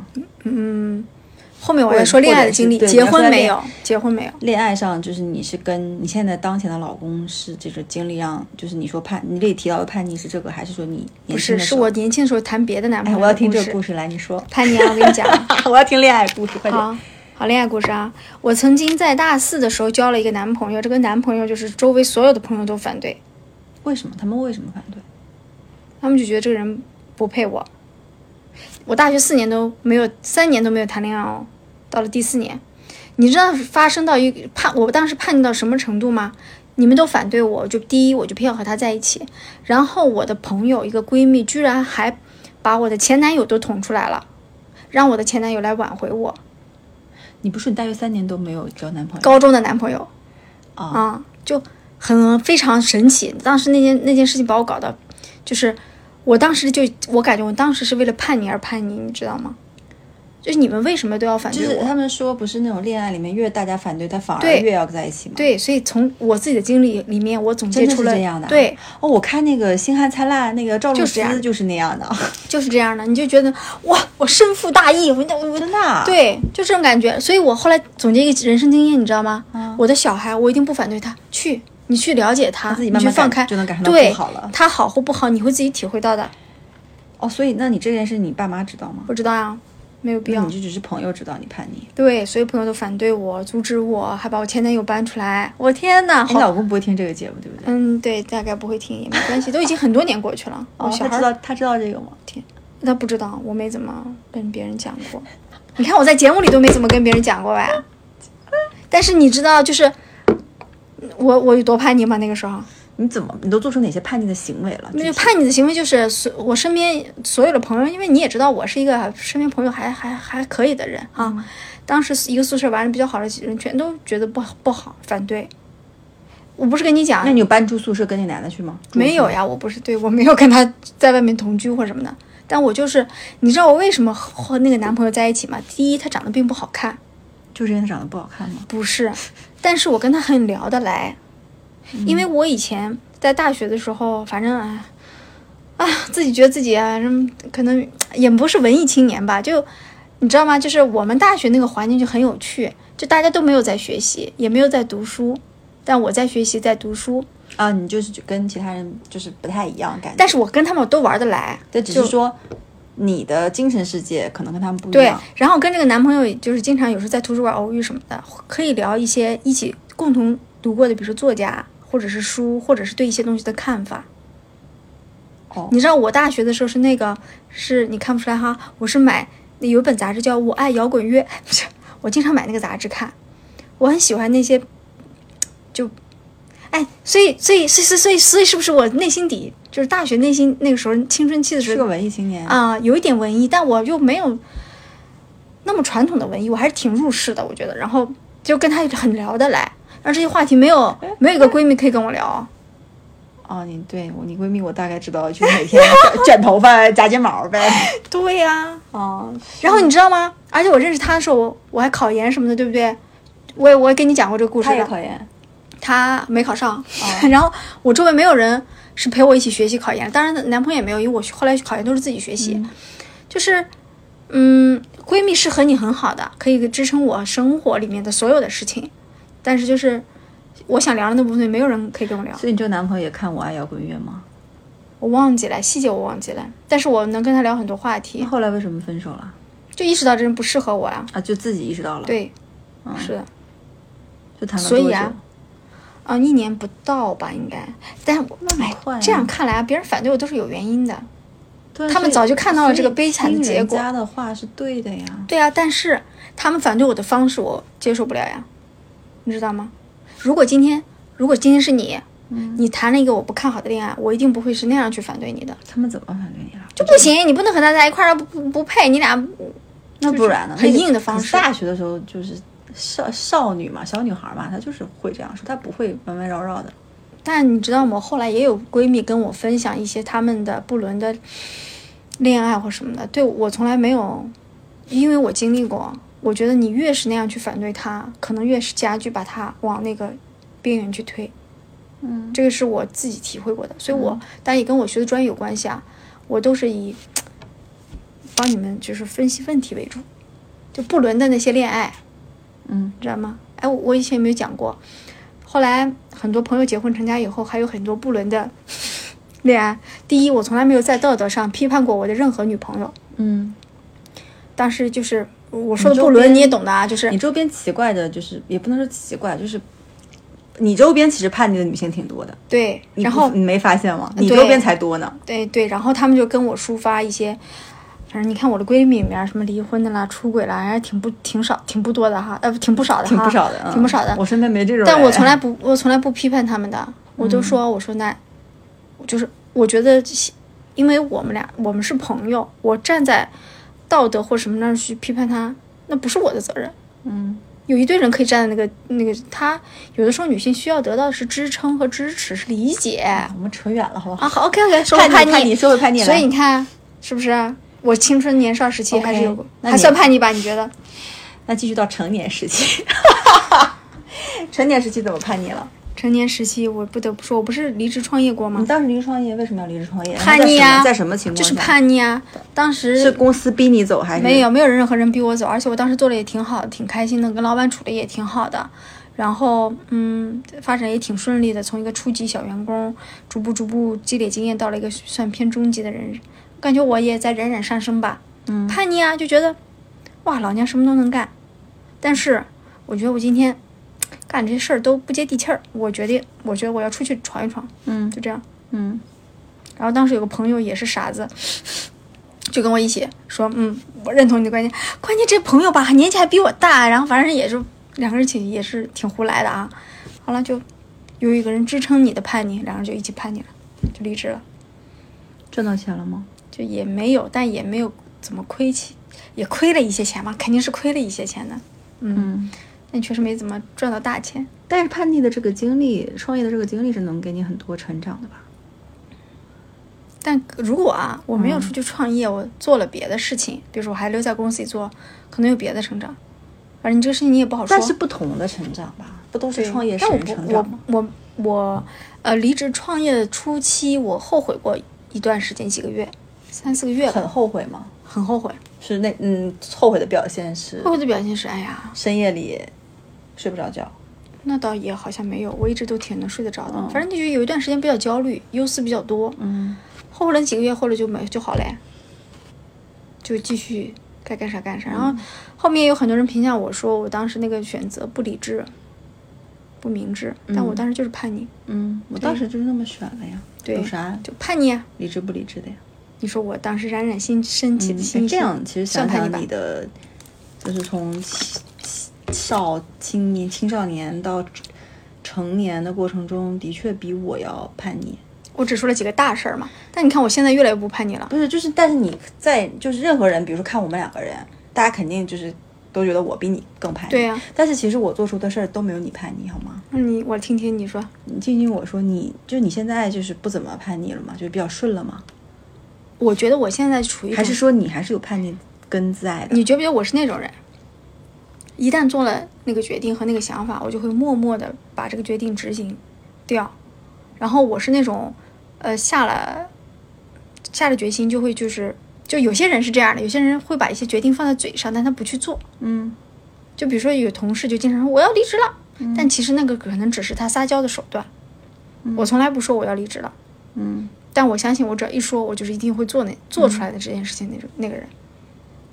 Speaker 2: 后面我
Speaker 3: 或者
Speaker 2: 要说恋爱的经历，
Speaker 3: 或者是对
Speaker 2: 结
Speaker 3: 你要说
Speaker 2: 婚
Speaker 3: 在
Speaker 2: 没
Speaker 3: 恋
Speaker 2: 有，结婚没有。
Speaker 3: 恋爱上就是你是跟你现在当前的老公是这个经历让，就是你说叛，你这里提到的叛逆是这个，还是说你
Speaker 2: 不
Speaker 3: 年轻
Speaker 2: 是，
Speaker 3: 的时
Speaker 2: 是
Speaker 3: 候
Speaker 2: 我年轻的时候谈别的男朋
Speaker 3: 哎，
Speaker 2: 友、
Speaker 3: 我要听这个
Speaker 2: 故
Speaker 3: 故
Speaker 2: 事。
Speaker 3: 事，来你说，
Speaker 2: 潘娘，我跟你讲，
Speaker 3: 我要听恋爱故事，快点。
Speaker 2: 好好恋爱故事啊！我曾经在大四的时候交了一个男朋友，这个男朋友就是周围所有的朋友都反对，
Speaker 3: 为什么他们为什么反对？
Speaker 2: 他们就觉得这个人不配我。我大学四年都没有，三年都没有谈恋爱哦，到了第四年，你知道发生到一叛，我当时叛逆到什么程度吗？你们都反对我，就第一我就偏要和他在一起，然后我的朋友一个闺蜜居然还把我的前男友都捅出来了，让我的前男友来挽回我
Speaker 3: 你不是你大学三年都没有交男朋友
Speaker 2: 高中的男朋友。
Speaker 3: 啊？
Speaker 2: 啊，就很非常神奇。当时那件那件事情把我搞的，就是我当时就我感觉我当时是为了叛逆而叛逆，你知道吗？就是你们为什么都要反
Speaker 3: 就
Speaker 2: 对
Speaker 3: 是
Speaker 2: 我？
Speaker 3: 他们说，不是那种恋爱里面越大家反对他，反而
Speaker 2: 啊对
Speaker 3: 越要在一起吗？
Speaker 2: 对，所以从我自己的经历里面，我总结
Speaker 3: 真的
Speaker 2: 出
Speaker 3: 是
Speaker 2: 了
Speaker 3: 这样的啊
Speaker 2: 对，
Speaker 3: 哦，我看那个《星汉灿烂》，那个赵露
Speaker 2: 就是这
Speaker 3: 思
Speaker 2: 样
Speaker 3: 就是那样的，
Speaker 2: 就是这样的。你就觉得哇，我身负大义，我 我我
Speaker 3: 真的啊、
Speaker 2: 对，就这种感觉。所以我后来总结一个人生经验，你知道吗？
Speaker 3: 嗯
Speaker 2: 我的小孩，我一定不反对他，去你去了解他，
Speaker 3: 他自己
Speaker 2: 你
Speaker 3: 慢慢
Speaker 2: 去放
Speaker 3: 感
Speaker 2: 开，
Speaker 3: 就能感受到
Speaker 2: 对
Speaker 3: 不好了
Speaker 2: 他好或不好，你会自己体会到的。
Speaker 3: 哦，所以那你这件事你爸妈知道吗？
Speaker 2: 不知道呀，没有必
Speaker 3: 那
Speaker 2: 要
Speaker 3: 你。就只是朋友知道你叛逆，
Speaker 2: 对，所有朋友都反对我，阻止我，还把我前男友搬出来。我天呐，
Speaker 3: 哎你老
Speaker 2: 好，
Speaker 3: 公不会听这个节目对不对？
Speaker 2: 嗯，对，大概不会听也没关系，都已经很多年过去了。我
Speaker 3: 哦，
Speaker 2: 小孩
Speaker 3: 他知
Speaker 2: 儿
Speaker 3: 道他知道这个吗？天，
Speaker 2: 他不知道，我没怎么跟别人讲过。你看我在节目里都没怎么跟别人讲过吧？但是你知道，就是我我有多叛逆吗？那个时候，
Speaker 3: 你怎么你都做出哪些叛逆的行为了？
Speaker 2: 那就
Speaker 3: 具体
Speaker 2: 叛逆的行为就是所我身边所有的朋友，因为你也知道我是一个身边朋友还还还可以的人啊。当时一个宿舍玩的比较好的几人全都觉得不好不好，反对。我不是跟你讲
Speaker 3: 那，你有搬出宿舍跟那男的去吗？住
Speaker 2: 没有
Speaker 3: 宿
Speaker 2: 呀，我不是对我没有跟他 在外面同居或什么的。但我就是，你知道我为什么和和那个男朋友在一起吗？第一，他长得并不好看，
Speaker 3: 就是因为他长得不好看吗？
Speaker 2: 不是，但是我跟他很聊得来，因为我以前在大学的时候，反正哎，啊，自己觉得自己啊，什么可能也不是文艺青年吧，就你知道吗？就是我们大学那个环境就很有趣，就大家都没有在学习，也没有在读书，但我在学习，在读书，
Speaker 3: 啊，你就是就跟其他人就是不太一样感觉，
Speaker 2: 但是我跟他们我都玩得来，
Speaker 3: 但只
Speaker 2: 就是
Speaker 3: 说你的精神世界可能跟他们不一
Speaker 2: 对
Speaker 3: 样。，
Speaker 2: 然后跟这个男朋友就是经常有时候在图书馆偶遇什么的，可以聊一些一起共同读过的，比如说作家，或者是书，或者是对一些东西的看法。
Speaker 3: 哦
Speaker 2: 你知道我大学的时候是那个，是你看不出来哈，我是买那有一本杂志叫《我爱摇滚乐》， 不是，我经常买那个杂志看，我很喜欢那些，就，哎，所以所以所以所以所以所以是不是我内心底就是大学内心那个时候青春期的时
Speaker 3: 是
Speaker 2: 候
Speaker 3: 个文艺青年，
Speaker 2: 啊、有一点文艺，但我又没有那么传统的文艺，我还是挺入世的，我觉得。然后就跟他很聊得来，但这些话题没有没有一个闺蜜可以跟我聊，
Speaker 3: 哦，你对我，你闺蜜我大概知道，就是每天卷卷头发、夹睫毛呗。
Speaker 2: 对呀、
Speaker 3: 哦，
Speaker 2: 然后你知道吗？而且我认识他的时候，我我还考研什么的，对不对？我也我也跟你讲过这个故事
Speaker 3: 她也啊
Speaker 2: 的，
Speaker 3: 考研，
Speaker 2: 他没考上，
Speaker 3: 哦
Speaker 2: 然后我周围没有人是陪我一起学习考研，当然男朋友也没有，因为我后来考研都是自己学习，就是嗯，闺蜜是和你很好的，可以支撑我生活里面的所有的事情，但是就是我想聊的那部分没有人可以跟我聊，
Speaker 3: 所以你这个男朋友也看《我爱摇滚乐》吗？
Speaker 2: 我忘记了细节我忘记了，但是我能跟他聊很多话
Speaker 3: 那
Speaker 2: 题，
Speaker 3: 后来为什么分手了？
Speaker 2: 就意识到这人不适合我啊，
Speaker 3: 啊，就自己意识到了，，
Speaker 2: 对，
Speaker 3: 嗯
Speaker 2: 是的。
Speaker 3: 就谈了
Speaker 2: 所以
Speaker 3: 多久
Speaker 2: 啊啊，一年不到吧，应该。但我哎
Speaker 3: 快啊
Speaker 2: 这样看来啊，别人反对我都是有原因的。
Speaker 3: 对啊
Speaker 2: 他们
Speaker 3: 所以
Speaker 2: 早就看到了
Speaker 3: 所以
Speaker 2: 这个悲惨的
Speaker 3: 听
Speaker 2: 结
Speaker 3: 人
Speaker 2: 果
Speaker 3: 家的话是对的呀，
Speaker 2: 对啊，但是他们反对我的方式我接受不了呀，你知道吗？如果今天，如果今天是你，你谈了一个我不看好的恋爱，我一定不会是那样去反对你的，
Speaker 3: 他们怎么反对你了？
Speaker 2: 就不行，你不能和他在一块儿，不不不配，你俩
Speaker 3: 那不然呢？
Speaker 2: 很
Speaker 3: 那个
Speaker 2: 硬的方
Speaker 3: 可是
Speaker 2: 式
Speaker 3: 大学的时候就是少少女嘛，小女孩嘛，她就是会这样说，她不会弯弯绕绕的。
Speaker 2: 但你知道吗？后来也有闺蜜跟我分享一些她们的不伦的恋爱或什么的，对我从来没有，因为我经历过。我觉得你越是那样去反对他，可能越是加剧把他往那个边缘去推。
Speaker 3: 嗯
Speaker 2: 这个是我自己体会过的，所以我当然也跟我学的专业有关系啊，我都是以帮你们就是分析问题为主，就不伦的那些恋爱，
Speaker 3: 嗯
Speaker 2: 知道吗？哎，我我以前也没有讲过，后来很多朋友结婚成家以后，还有很多不伦的 恋爱。第一，我从来没有在道德上批判过我的任何女朋友，
Speaker 3: 嗯，
Speaker 2: 但是就是我说
Speaker 3: 你
Speaker 2: 的
Speaker 3: 周
Speaker 2: 不伦
Speaker 3: 边
Speaker 2: 你也懂的啊，就是
Speaker 3: 你周边奇怪的，就是也不能说奇怪，就是你周边其实叛逆的女性挺多的，
Speaker 2: 对，
Speaker 3: 你
Speaker 2: 然
Speaker 3: 不
Speaker 2: 后呃
Speaker 3: 你没发现吗？你
Speaker 2: 对
Speaker 3: 周边才多呢。
Speaker 2: 对对，然后他们就跟我抒发一些，反正你看我的闺蜜里面什么离婚的啦、出轨啦，还挺不挺少、挺不多的哈，呃，不挺不少的哈，
Speaker 3: 挺不少的，嗯
Speaker 2: 挺不少的。
Speaker 3: 我身边没这种人，
Speaker 2: 但我从来不，我从来不批判他们的，我
Speaker 3: 嗯
Speaker 2: 都说，我说那，我就是我觉得这些，因为我们俩我们是朋友，我站在道德或什么那儿去批判他，那不是我的责任。
Speaker 3: 嗯
Speaker 2: 有一堆人可以站在那个那个，他有的时候女性需要得到的是支撑和支持，是理解啊。
Speaker 3: 我们扯远了，好不好？
Speaker 2: 好，OK OK，说回
Speaker 3: 叛
Speaker 2: 叛
Speaker 3: 逆，叛逆，说回叛逆来，
Speaker 2: 所以你看，是不是啊、我青春年少时期
Speaker 3: OK，
Speaker 2: 还是有过
Speaker 3: 那
Speaker 2: 还
Speaker 3: 你
Speaker 2: 算叛逆吧？你觉得？
Speaker 3: 那继续到成年时 期，成年时期怎么叛逆了？
Speaker 2: 成年时期，我不得不说，我不是离职创业过
Speaker 3: 你
Speaker 2: 吗？
Speaker 3: 当时离职创业为什么要离职创业？
Speaker 2: 叛逆
Speaker 3: 然
Speaker 2: 啊，
Speaker 3: 后在什么在什么情
Speaker 2: 这
Speaker 3: 况
Speaker 2: 是
Speaker 3: 下？
Speaker 2: 叛逆啊！当时
Speaker 3: 是公司逼你走还是
Speaker 2: 没有没有任何人逼我走，而且我当时做的也挺好，挺开心的，跟老板处的也挺好的。然后，嗯，发展也挺顺利的，从一个初级小员工，逐步逐步积累经验，到了一个算偏中级的人，我感觉我也在冉冉上升吧。
Speaker 3: 嗯
Speaker 2: 叛逆啊，就觉得，哇，老娘什么都能干。但是，我觉得我今天干这些事儿都不接地气儿，我决定，我觉得我要出去闯一闯，
Speaker 3: 嗯
Speaker 2: 就这样。
Speaker 3: 嗯
Speaker 2: 然后当时有个朋友也是傻子，就跟我一起说，嗯，我认同你的观点，关键这朋友吧年纪还比我大，然后反正也是两个人一起也是挺胡来的啊。后来就有一个人支撑你的叛逆，两个人就一起叛逆了，就离职了，
Speaker 3: 赚到钱了吗？
Speaker 2: 就也没有，但也没有怎么亏起，也亏了一些钱嘛，肯定是亏了一些钱的，
Speaker 3: 嗯，
Speaker 2: 但确实没怎么赚到大钱。
Speaker 3: 但是叛逆的这个经历，创业的这个经历是能给你很多成长的吧？
Speaker 2: 但如果啊，我没有出去创业，我做了别的事情，比如说我还留在公司里做，可能有别的成长。反正你这个事情你也不好说。
Speaker 3: 但是不同的成长吧，不都是
Speaker 2: 对
Speaker 3: 创业使
Speaker 2: 但我
Speaker 3: 人
Speaker 2: 不
Speaker 3: 成
Speaker 2: 我
Speaker 3: 长吗？
Speaker 2: 我我呃，离职创业的初期，我后悔过一段时间，几个月，三四个月吧，
Speaker 3: 很后悔吗？
Speaker 2: 很后悔。
Speaker 3: 是那嗯，后悔的表现是
Speaker 2: 后悔的表现是，哎呀，
Speaker 3: 深夜里睡不着觉。
Speaker 2: 那倒也好像没有，我一直都挺能睡得着的。
Speaker 3: 嗯
Speaker 2: 反正就有一段时间比较焦虑，忧思比较多。
Speaker 3: 嗯，
Speaker 2: 后悔了几个月，后来就没就好了呀，就继续该干啥干啥。然后
Speaker 3: 嗯
Speaker 2: 后面有很多人评价我说，我当时那个选择不理智、不明智，但我
Speaker 3: 嗯
Speaker 2: 当时就是叛逆，
Speaker 3: 嗯，我当时就是那么选的呀，
Speaker 2: 对，
Speaker 3: 有啥
Speaker 2: 就叛逆啊。
Speaker 3: 理智不理智的呀？
Speaker 2: 你说我当时冉冉新升起的
Speaker 3: 哎
Speaker 2: 心
Speaker 3: 这
Speaker 2: 情
Speaker 3: 样其实
Speaker 2: 算
Speaker 3: 想
Speaker 2: 叛逆
Speaker 3: 想
Speaker 2: 吧
Speaker 3: 你的，就是从青青少青年青少年到成年的过程中，的确比我要叛逆。
Speaker 2: 我只说了几个大事儿嘛，但你看我现在越来越不叛逆了。
Speaker 3: 不是，就是但是你在就是任何人，比如说看我们两个人，大家肯定就是都觉得我比你更叛逆。
Speaker 2: 对呀
Speaker 3: 但是其实我做出的事儿都没有你叛逆，好吗？
Speaker 2: 那你我听听你说，
Speaker 3: 你静静我说你，就你现在就是不怎么叛逆了嘛，就比较顺了嘛？
Speaker 2: 我觉得我现在处于一
Speaker 3: 还
Speaker 2: 种
Speaker 3: 是说你还是有叛逆根在的？
Speaker 2: 嗯你觉不觉得我是那种人？一旦做了那个决定和那个想法，我就会默默的把这个决定执行掉。然后我是那种，呃，下了下了决心就会就是，就有些人是这样的，有些人会把一些决定放在嘴上，但他不去做。
Speaker 3: 嗯
Speaker 2: 就比如说有同事就经常说我要离职了，但其实那个可能只是他撒娇的手段。我从来不说我要离职了，
Speaker 3: 嗯
Speaker 2: 但我相信我只要一说，我就是一定会做那做出来的这件事情那种、那个人。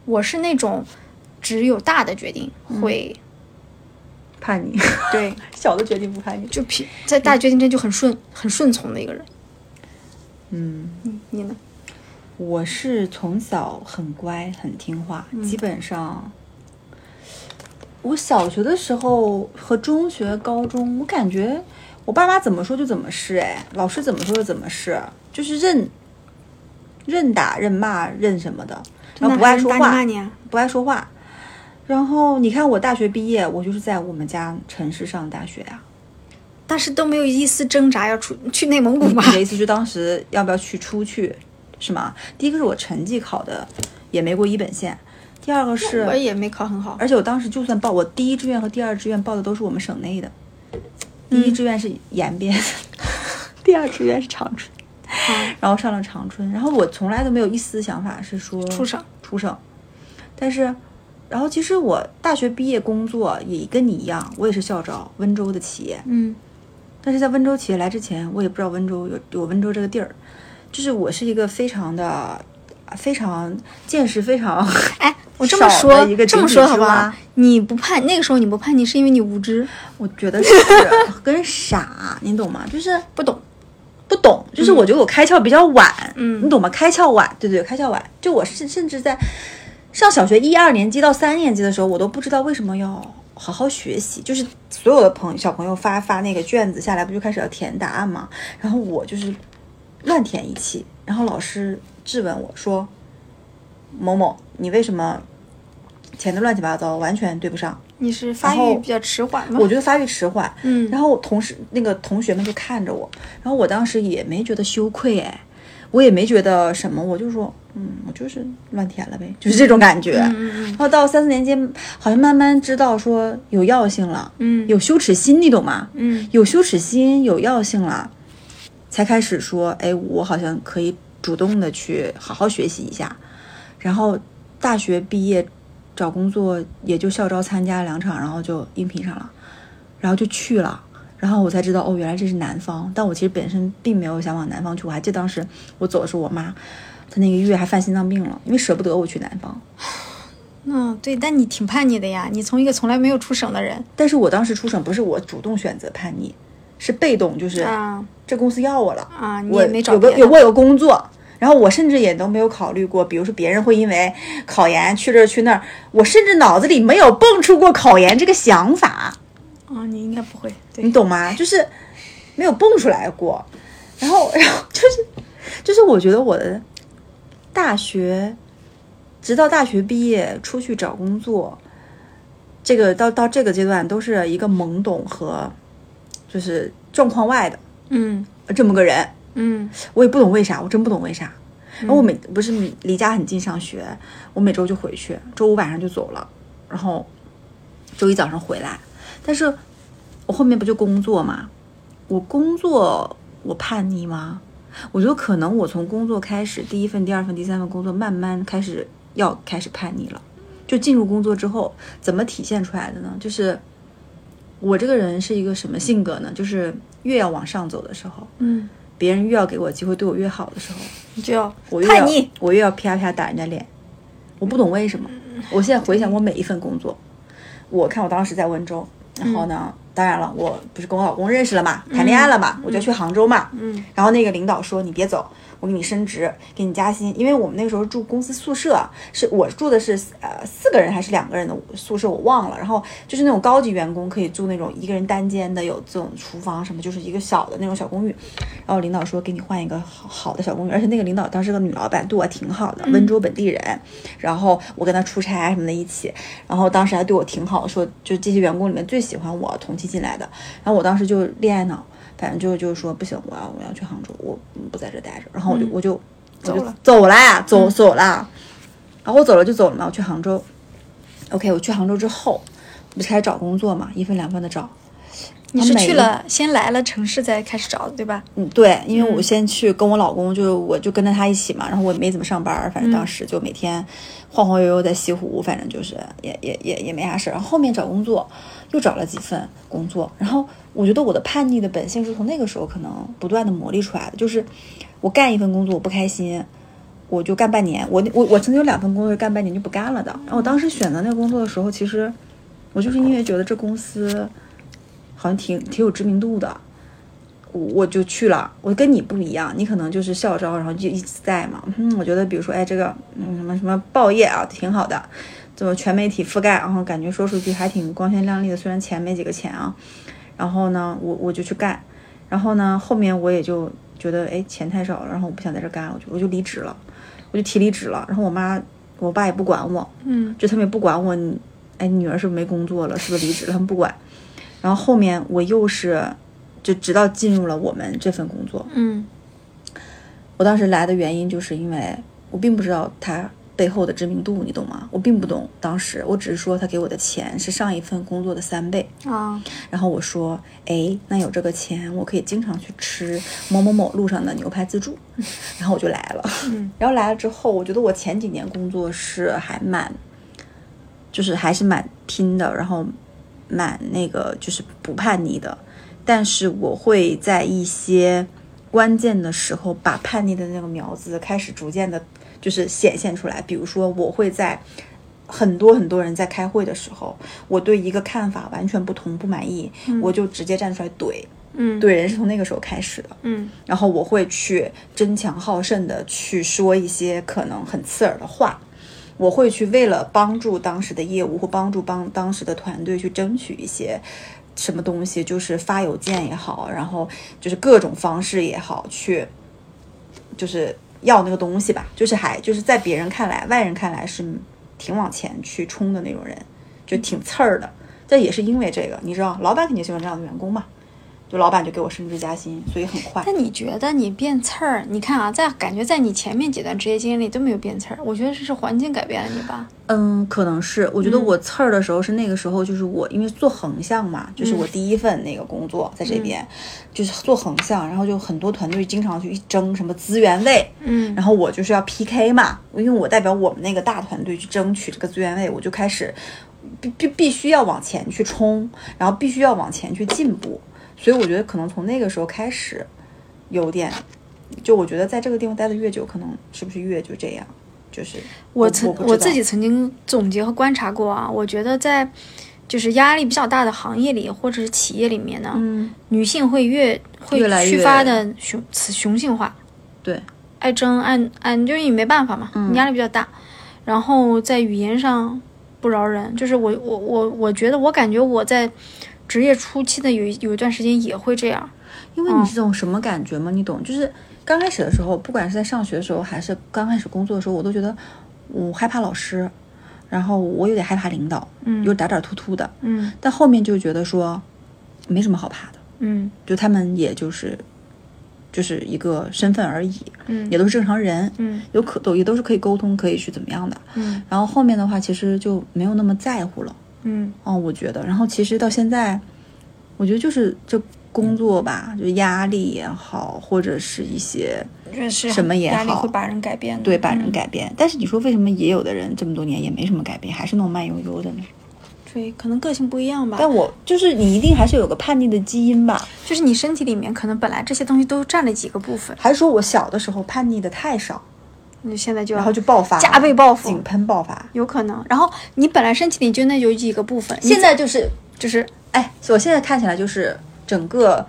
Speaker 2: 我是那种只有大的决定
Speaker 3: 嗯
Speaker 2: 会、
Speaker 3: 叛 逆，
Speaker 2: 对，
Speaker 3: 小的决定不叛逆。
Speaker 2: 就平在大决定之间就很顺很顺从的一个人。
Speaker 3: 嗯。
Speaker 2: 嗯，你呢？
Speaker 3: 我是从小很乖，很听话，
Speaker 2: 嗯
Speaker 3: 基本上。我小学的时候和中学、高中，我感觉我爸妈怎么说就怎么是，哎，老师怎么说就怎么是，就是认认打、认骂、认什么的，然啊后不爱说
Speaker 2: 那还
Speaker 3: 话
Speaker 2: 能打你骂，你啊？
Speaker 3: 不爱说话。然后你看我大学毕业，我就是在我们家城市上的大学啊呀、
Speaker 2: 但是都没有一丝挣扎要出去内蒙古吧
Speaker 3: 你？的意思就当时要不要去出去，是吗？第一个是我成绩考的也没过一本线，第二个是
Speaker 2: 我，也没考很好，
Speaker 3: 而且我当时就算报我第一志愿和第二志愿报的都是我们省内的，第
Speaker 2: 嗯
Speaker 3: 一志愿是延边， 第二志愿是长春，然后上了长春，然后我从来都没有一丝想法是说
Speaker 2: 出省
Speaker 3: 出省，但是，然后其实我大学毕业工作也跟你一样，我也是校招温州的企业，
Speaker 2: 嗯
Speaker 3: 但是在温州企业来之前，我也不知道温州有有温州这个地儿，就是我是一个非常的非常见识非常
Speaker 2: 哎，我这么
Speaker 3: 少
Speaker 2: 说
Speaker 3: 的一个
Speaker 2: 这么
Speaker 3: 集体
Speaker 2: 说好
Speaker 3: 之
Speaker 2: 不好
Speaker 3: 蛙？
Speaker 2: 你不叛，那个时候你不叛逆，是因为你无知，
Speaker 3: 我觉得是 跟傻，你懂吗？就是
Speaker 2: 不懂。
Speaker 3: 不懂，就是我觉得我开窍比较晚，
Speaker 2: 嗯
Speaker 3: 你懂吗？开窍晚，对对，开窍晚。就我甚甚至在上小学一二年级到三年级的时候，我都不知道为什么要好好学习。就是所有的朋小朋友发发那个卷子下来，不就开始要填答案吗？然后我就是乱填一气，然后老师质问我说：“某某，你为什么填的乱七八糟，完全对不上？”
Speaker 2: 你是发
Speaker 3: 然后
Speaker 2: 育比较迟缓吧？
Speaker 3: 我觉得发育迟缓，
Speaker 2: 嗯
Speaker 3: 然后同事那个同学们就看着我，然后我当时也没觉得羞愧哎，我也没觉得什么，我就说，嗯，我就是乱填了呗，就是这种感觉。
Speaker 2: 嗯
Speaker 3: 然后到三四年级，好像慢慢知道说有药性了，
Speaker 2: 嗯
Speaker 3: 有羞耻心，你懂吗？
Speaker 2: 嗯
Speaker 3: 有羞耻心，有药性了，才开始说，哎，我好像可以主动的去好好学习一下。然后大学毕业找工作，也就校招参加两场，然后就应聘上了，然后就去了。然后我才知道，哦，原来这是南方。但我其实本身并没有想往南方去，我还记得当时我走的时候，我妈她那个月还犯心脏病了，因为舍不得我去南方。
Speaker 2: 嗯，对，但你挺叛逆的呀，你从一个从来没有出省的人
Speaker 3: 但是我当时出省不是我主动选择叛逆，是被动，就是
Speaker 2: 啊
Speaker 3: 这公司要我了，
Speaker 2: 啊，你
Speaker 3: 我
Speaker 2: 也没找
Speaker 3: 有个
Speaker 2: 别
Speaker 3: 有
Speaker 2: 的。
Speaker 3: 过有工作，然后我甚至也都没有考虑过，比如说别人会因为考研去这儿去那儿，我甚至脑子里没有蹦出过考研这个想法，
Speaker 2: 啊，你应该不会。
Speaker 3: 你
Speaker 2: 对，
Speaker 3: 懂吗？就是没有蹦出来过，然后 然后就是就是我觉得我的大学，直到大学毕业出去找工作，这个到到这个阶段都是一个懵懂和就是状况外的
Speaker 2: 嗯
Speaker 3: 这么个人。
Speaker 2: 嗯
Speaker 3: 我也不懂为啥，我真不懂为啥。然后我每不是离家很近上学，我每周就回去，周五晚上就走了，然后周一早上回来。但是我后面不就工作嘛？我工作我叛逆吗？我觉得可能我从工作开始，第一份、第二份、第三份工作，慢慢开始要开始叛逆了。就进入工作之后，怎么体现出来的呢？就是我这个人是一个什么性格呢？就是越要往上走的时候，
Speaker 2: 嗯，
Speaker 3: 别人越要给我机会对我越好的时候，
Speaker 2: 你就要
Speaker 3: 我越要
Speaker 2: 叛逆。
Speaker 3: 我越要啪啪打人家脸。我不懂为什么。
Speaker 2: 嗯
Speaker 3: 我现在回想我每一份工作，我看我当时在温州，然后呢，当然了，我不是跟我老公认识了嘛，谈恋爱了嘛，我就去杭州嘛。
Speaker 2: 嗯
Speaker 3: 然后那个领导说你别走，我给你升职，给你加薪，因为我们那个时候住公司宿舍，是我住的是呃四个人还是两个人的宿舍，我忘了。然后就是那种高级员工可以住那种一个人单间的，有这种厨房什么，就是一个小的那种小公寓。然后领导说给你换一个好好的小公寓，而且那个领导当时个女老板对我挺好的，温州本地人。然后我跟她出差什么的一起，然后当时还对我挺好，说就这些员工里面最喜欢我，同期进来的。然后我当时就恋爱脑，反正就就是说不行，我要我要去杭州，我嗯不在这待着。然后我就、我就
Speaker 2: 嗯
Speaker 3: 我就
Speaker 2: 走了
Speaker 3: 走啦，走走啦。然后我走了就走了嘛，我去杭州。OK，我去杭州之后，我就开始找工作嘛，一份两份的找。
Speaker 2: 你是
Speaker 3: 每
Speaker 2: 去
Speaker 3: 一
Speaker 2: 了先来了城市再开始找的，对吧？
Speaker 3: 嗯，对，因为我先去跟我老公就，我就跟着他一起嘛，然后我也没怎么上班儿，反正当时就每天晃晃悠悠在西湖，反正就是也也也也没啥事儿。然后后面找工作，又找了几份工作，然后我觉得我的叛逆的本性是从那个时候可能不断的磨砺出来的，就是我干一份工作我不开心，我就干半年，我我我曾经有两份工作是干半年就不干了的。然后我当时选择那个工作的时候，其实我就是因为觉得这公司好像挺挺有知名度的，我我就去了。我跟你不一样，你可能就是校招，然后就一直在嘛。嗯，我觉得比如说，哎，这个嗯什么什么报业啊，挺好的，怎么全媒体覆盖，然后感觉说出去还挺光鲜亮丽的，虽然钱没几个钱啊。然后呢，我我就去干，然后呢，后面我也就觉得哎钱太少了，然后我不想在这干了，我就我就离职了，我就提离职了。然后我妈我爸也不管我，
Speaker 2: 嗯
Speaker 3: 就他们也不管我，你哎，你女儿是不是没工作了？是不是离职了？他们不管。然后后面我又是，就直到进入了我们这份工作，
Speaker 2: 嗯
Speaker 3: 我当时来的原因就是因为我并不知道他背后的知名度，你懂吗？我并不懂，当时我只是说他给我的钱是上一份工作的三倍，
Speaker 2: 啊，
Speaker 3: 然后我说，哎，那有这个钱，我可以经常去吃某某某路上的牛排自助，然后我就来了。然后来了之后，我觉得我前几年工作是还蛮，就是还是蛮拼的，然后蛮那个就是不叛逆的，但是我会在一些关键的时候把叛逆的那个苗子开始逐渐的，就是显现出来。比如说，我会在很多很多人在开会的时候，我对一个看法完全不同不满意，我就直接站出来怼。
Speaker 2: 嗯，
Speaker 3: 怼人是从那个时候开始的。
Speaker 2: 嗯，
Speaker 3: 然后我会去争强好胜的去说一些可能很刺耳的话，我会去为了帮助当时的业务或帮助帮当时的团队去争取一些什么东西，就是发邮件也好，然后就是各种方式也好，去就是要那个东西吧，就是还就是在别人看来、外人看来是挺往前去冲的那种人，就挺刺儿的。这也是因为这个，你知道，老板肯定喜欢这样的员工嘛，就老板就给我升职加薪，所以很快。
Speaker 2: 但你觉得你变刺儿？你看啊，在感觉在你前面几段职业经历都没有变刺儿，我觉得这是环境改变了你吧？
Speaker 3: 嗯，可能是。我觉得
Speaker 2: 嗯
Speaker 3: 我刺儿的时候是那个时候，就是我因为做横向嘛，就是
Speaker 2: 嗯
Speaker 3: 我第一份那个工作在这边，就是做横向，然后就很多团队经常去一争什么资源位，
Speaker 2: 嗯
Speaker 3: 然后我就是要 PK 嘛，因为我代表我们那个大团队去争取这个资源位，我就开始必必必须要往前去冲，然后必须要往前去进步。所以我觉得可能从那个时候开始，有点，就我觉得在这个地方待的越久，可能是不是越就这样，就是
Speaker 2: 我曾
Speaker 3: 不
Speaker 2: 我
Speaker 3: 知道
Speaker 2: 自己曾经总结和观察过啊，我觉得在就是压力比较大的行业里或者是企业里面呢，
Speaker 3: 嗯
Speaker 2: 女性会越会
Speaker 3: 越来越
Speaker 2: 愈发的雄雌雄性化，
Speaker 3: 对。嗯
Speaker 2: 爱争爱爱，就是你没办法嘛，你压力比较大，然后在语言上不饶人，就是我我我我觉得我感觉我在职业初期的有一有一段时间也会这样，
Speaker 3: 因为你
Speaker 2: 嗯
Speaker 3: 是种什么感觉吗？你懂，就是刚开始的时候，不管是在上学的时候，还是刚开始工作的时候，我都觉得我害怕老师，然后我有点害怕领导，嗯，有点打打突突的，
Speaker 2: 嗯
Speaker 3: 但后面就觉得说没什么好怕的，
Speaker 2: 嗯
Speaker 3: 就他们也就是就是一个身份而已，
Speaker 2: 嗯
Speaker 3: 也都是正常人，
Speaker 2: 嗯
Speaker 3: 有可都也都是可以沟通，可以去怎么样的，
Speaker 2: 嗯
Speaker 3: 然后后面的话其实就没有那么在乎了。
Speaker 2: 嗯
Speaker 3: 哦，我觉得，然后其实到现在，我觉得就是这工作吧，就压力也好，或者是一些
Speaker 2: 确实
Speaker 3: 嗯什么也
Speaker 2: 压力
Speaker 3: 好
Speaker 2: 会把人改变的，
Speaker 3: 对把人
Speaker 2: 嗯
Speaker 3: 改变。但是你说为什么也有的人这么多年也没什么改变，还是那种慢悠悠的呢？
Speaker 2: 对，可能个性不一样吧，
Speaker 3: 但我就是你一定还是有个叛逆的基因吧？
Speaker 2: 就是你身体里面可能本来这些东西都占了几个部分，
Speaker 3: 还是说我小的时候叛逆的太少，
Speaker 2: 你现在就
Speaker 3: 然后就爆发了，
Speaker 2: 加倍报复
Speaker 3: 井喷爆发。
Speaker 2: 有可能，然后你本来身体里就那有几个部分，你
Speaker 3: 现在就是，
Speaker 2: 就是
Speaker 3: 哎，我现在看起来就是整个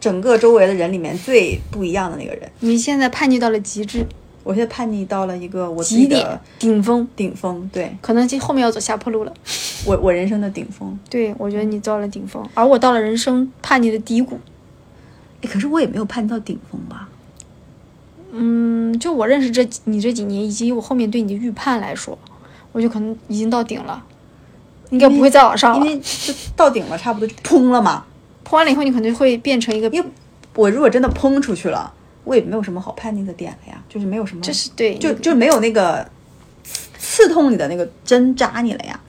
Speaker 3: 整个周围的人里面最不一样的那个人。
Speaker 2: 你现在叛逆到了极致
Speaker 3: 我现在叛逆到了一个我自己
Speaker 2: 极点
Speaker 3: 的
Speaker 2: 顶峰，
Speaker 3: 顶峰，对。
Speaker 2: 可能就后面要走下坡路了。
Speaker 3: 我我人生的顶峰。
Speaker 2: 对，我觉得你到了顶峰，而我到了人生叛逆的低谷。
Speaker 3: 哎，可是我也没有叛逆到顶峰吧？
Speaker 2: 嗯，就我认识这几你这几年，以及我后面对你的预判来说，我就可能已经到顶了，应该不会再往上
Speaker 3: 因
Speaker 2: 了。
Speaker 3: 为啊 就到顶了，差不多就砰了嘛。
Speaker 2: 破完了以后，你可能会变成一个，
Speaker 3: 因为我如果真的砰出去了，我也没有什么好叛逆的点了呀，就是没有什么，
Speaker 2: 这是对，
Speaker 3: 就
Speaker 2: 你
Speaker 3: 就没有那个刺痛你的那个针扎你了呀，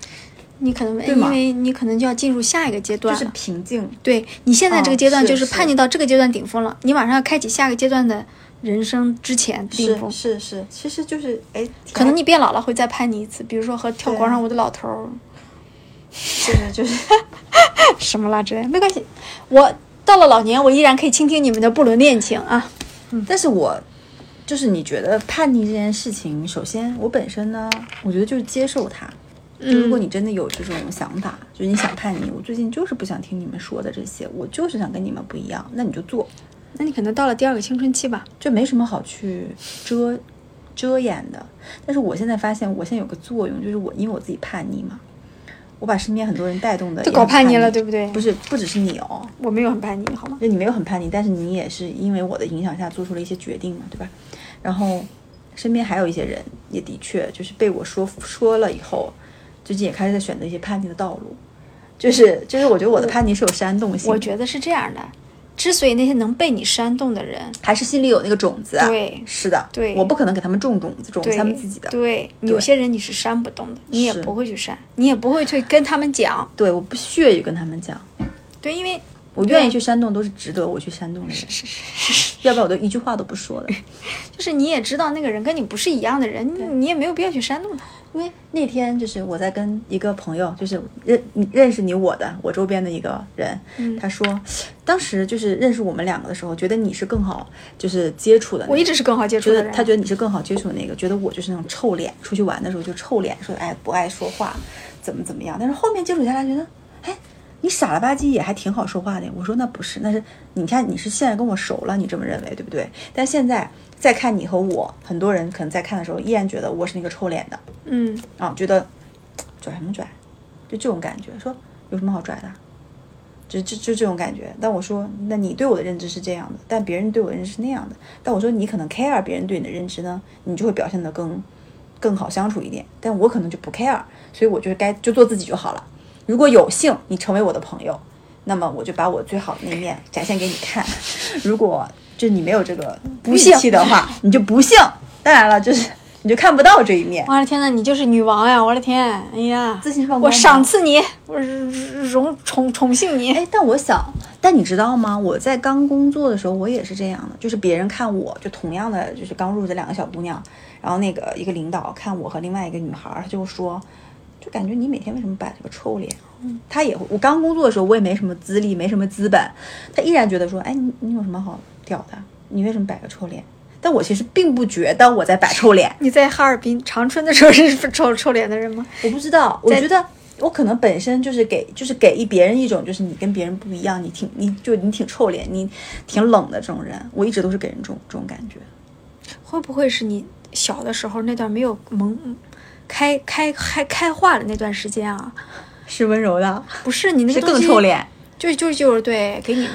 Speaker 2: 你可能
Speaker 3: 对吗
Speaker 2: 因为你可能就要进入下一个阶
Speaker 3: 就
Speaker 2: 段了。
Speaker 3: 是平静。
Speaker 2: 对你现在这
Speaker 3: 哦
Speaker 2: 个阶段，
Speaker 3: 是
Speaker 2: 就是
Speaker 3: 是
Speaker 2: 叛逆到这个阶段顶峰了，你马上要开启下一个阶段的人生之前顶峰
Speaker 3: 是。是是，其实就是哎，
Speaker 2: 可能你变老了会再叛逆一次，比如说和跳广场舞的老头儿
Speaker 3: 就是就是
Speaker 2: 什么啦之类，没关系。我到了老年，我依然可以倾听你们的不伦恋情啊。
Speaker 3: 但是我就是你觉得叛逆这件事情，首先我本身呢，我觉得就是接受它。
Speaker 2: 嗯
Speaker 3: 就如果你真的有这种想法，就你想叛逆，我最近就是不想听你们说的这些，我就是想跟你们不一样，那你就做，
Speaker 2: 那你可能到了第二个青春期吧？
Speaker 3: 这没什么好去遮遮掩的。但是我现在发现，我现在有个作用，就是我因为我自己叛逆嘛，我把身边很多人带动的
Speaker 2: 就
Speaker 3: 也
Speaker 2: 搞
Speaker 3: 很
Speaker 2: 叛逆
Speaker 3: 逆
Speaker 2: 了对不对
Speaker 3: 不是，不只是你哦，
Speaker 2: 我没有很叛逆，好吗？
Speaker 3: 就你没有很叛逆，但是你也是因为我的影响下做出了一些决定嘛，对吧？然后身边还有一些人也的确就是被我说服说了以后，最近也开始在选择一些叛逆的道路，就是就是我觉得我的叛逆是有煽动性的，
Speaker 2: 我觉得是这样的，之所以那些能被你煽动的人，
Speaker 3: 还是心里有那个种子、啊。
Speaker 2: 对
Speaker 3: 是的，
Speaker 2: 对
Speaker 3: 我不可能给他们种种子，种
Speaker 2: 对
Speaker 3: 他们自己的。
Speaker 2: 对，有些人你是煽不动的，你也
Speaker 3: 是
Speaker 2: 不会去煽，你也不会去跟他们讲。
Speaker 3: 对，我不屑于跟他们讲，
Speaker 2: 对，因为
Speaker 3: 我
Speaker 2: 对啊
Speaker 3: 愿意去煽动，都是值得我去煽动的人，
Speaker 2: 是是是，
Speaker 3: 要不然我都一句话都不说的。
Speaker 2: 就是你也知道那个人跟你不是一样的人，你你也没有必要去煽动他。
Speaker 3: 因为那天就是我在跟一个朋友，就是认认识你我的我周边的一个人，
Speaker 2: 嗯
Speaker 3: 他说，当时就是认识我们两个的时候，觉得你是更好就是接触的那个，
Speaker 2: 我一直是更好接触
Speaker 3: 觉
Speaker 2: 的
Speaker 3: 得
Speaker 2: 人，
Speaker 3: 他觉得你是更好接触的那个，觉得我就是那种臭脸，出去玩的时候就臭脸，说哎不爱说话，怎么怎么样。但是后面接触下来，觉得哎你傻了吧唧也还挺好说话的。我说那不是，那是你看你是现在跟我熟了，你这么认为对不对？但现在再看你和我，很多人可能在看的时候依然觉得我是那个臭脸的
Speaker 2: 嗯，
Speaker 3: 啊，觉得拽什么拽，就这种感觉，说有什么好拽的。就就就这种感觉，但我说，那你对我的认知是这样的，但别人对我的认知是那样的。但我说你可能 care 别人对你的认知呢，你就会表现得更更好相处一点。但我可能就不 care，所以我就该就做自己就好了。如果有幸你成为我的朋友，那么我就把我最好的那一面展现给你看。如果就你没有这个不
Speaker 2: 幸
Speaker 3: 气的话，你就不幸。当然了，就是你就看不到这一面。
Speaker 2: 我的天呐，你就是女王呀！我的天，哎呀，
Speaker 3: 自信放光
Speaker 2: 我
Speaker 3: 芒
Speaker 2: 赏赐你，我荣宠宠幸你。
Speaker 3: 哎，但我想，但你知道吗？我在刚工作的时候，我也是这样的，就是别人看我就同样的，就是刚入职的两个小姑娘，然后那个一个领导看我和另外一个女孩儿，他就说，就感觉你每天为什么摆这个臭脸？啊他也会，我刚工作的时候，我也没什么资历，没什么资本，他依然觉得说，哎，你你有什么好屌的？你为什么摆个臭脸？但我其实并不觉得我在摆臭脸，
Speaker 2: 你在哈尔滨长春的时候是臭臭脸的人吗？
Speaker 3: 我不知道，我
Speaker 2: 在
Speaker 3: 觉得我可能本身就是给，就是给一别人一种就是你跟别人不一样，你挺你就你挺臭脸，你挺冷的这种人，我一直都是给人这种这种感觉。
Speaker 2: 会不会是你小的时候那段没有萌开开开开化的那段时间啊？
Speaker 3: 是温柔的，
Speaker 2: 不是你那
Speaker 3: 是
Speaker 2: 个
Speaker 3: 更
Speaker 2: 东西
Speaker 3: 臭，脸。
Speaker 2: 就就就是对，给你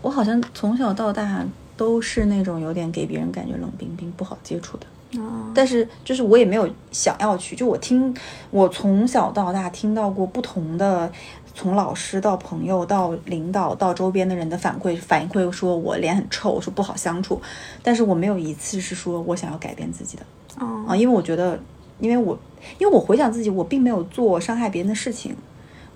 Speaker 3: 我好像从小到大都是那种有点给别人感觉冷冰冰、不好接触的。
Speaker 2: 啊，
Speaker 3: 但是就是我也没有想要去，就我听我从小到大听到过不同的，从老师到朋友到领导到周边的人的反馈反馈，说我脸很臭，说不好相处，但是我没有一次是说我想要改变自己的啊，
Speaker 2: 嗯，
Speaker 3: 因为我觉得，因为我因为我回想自己，我并没有做伤害别人的事情，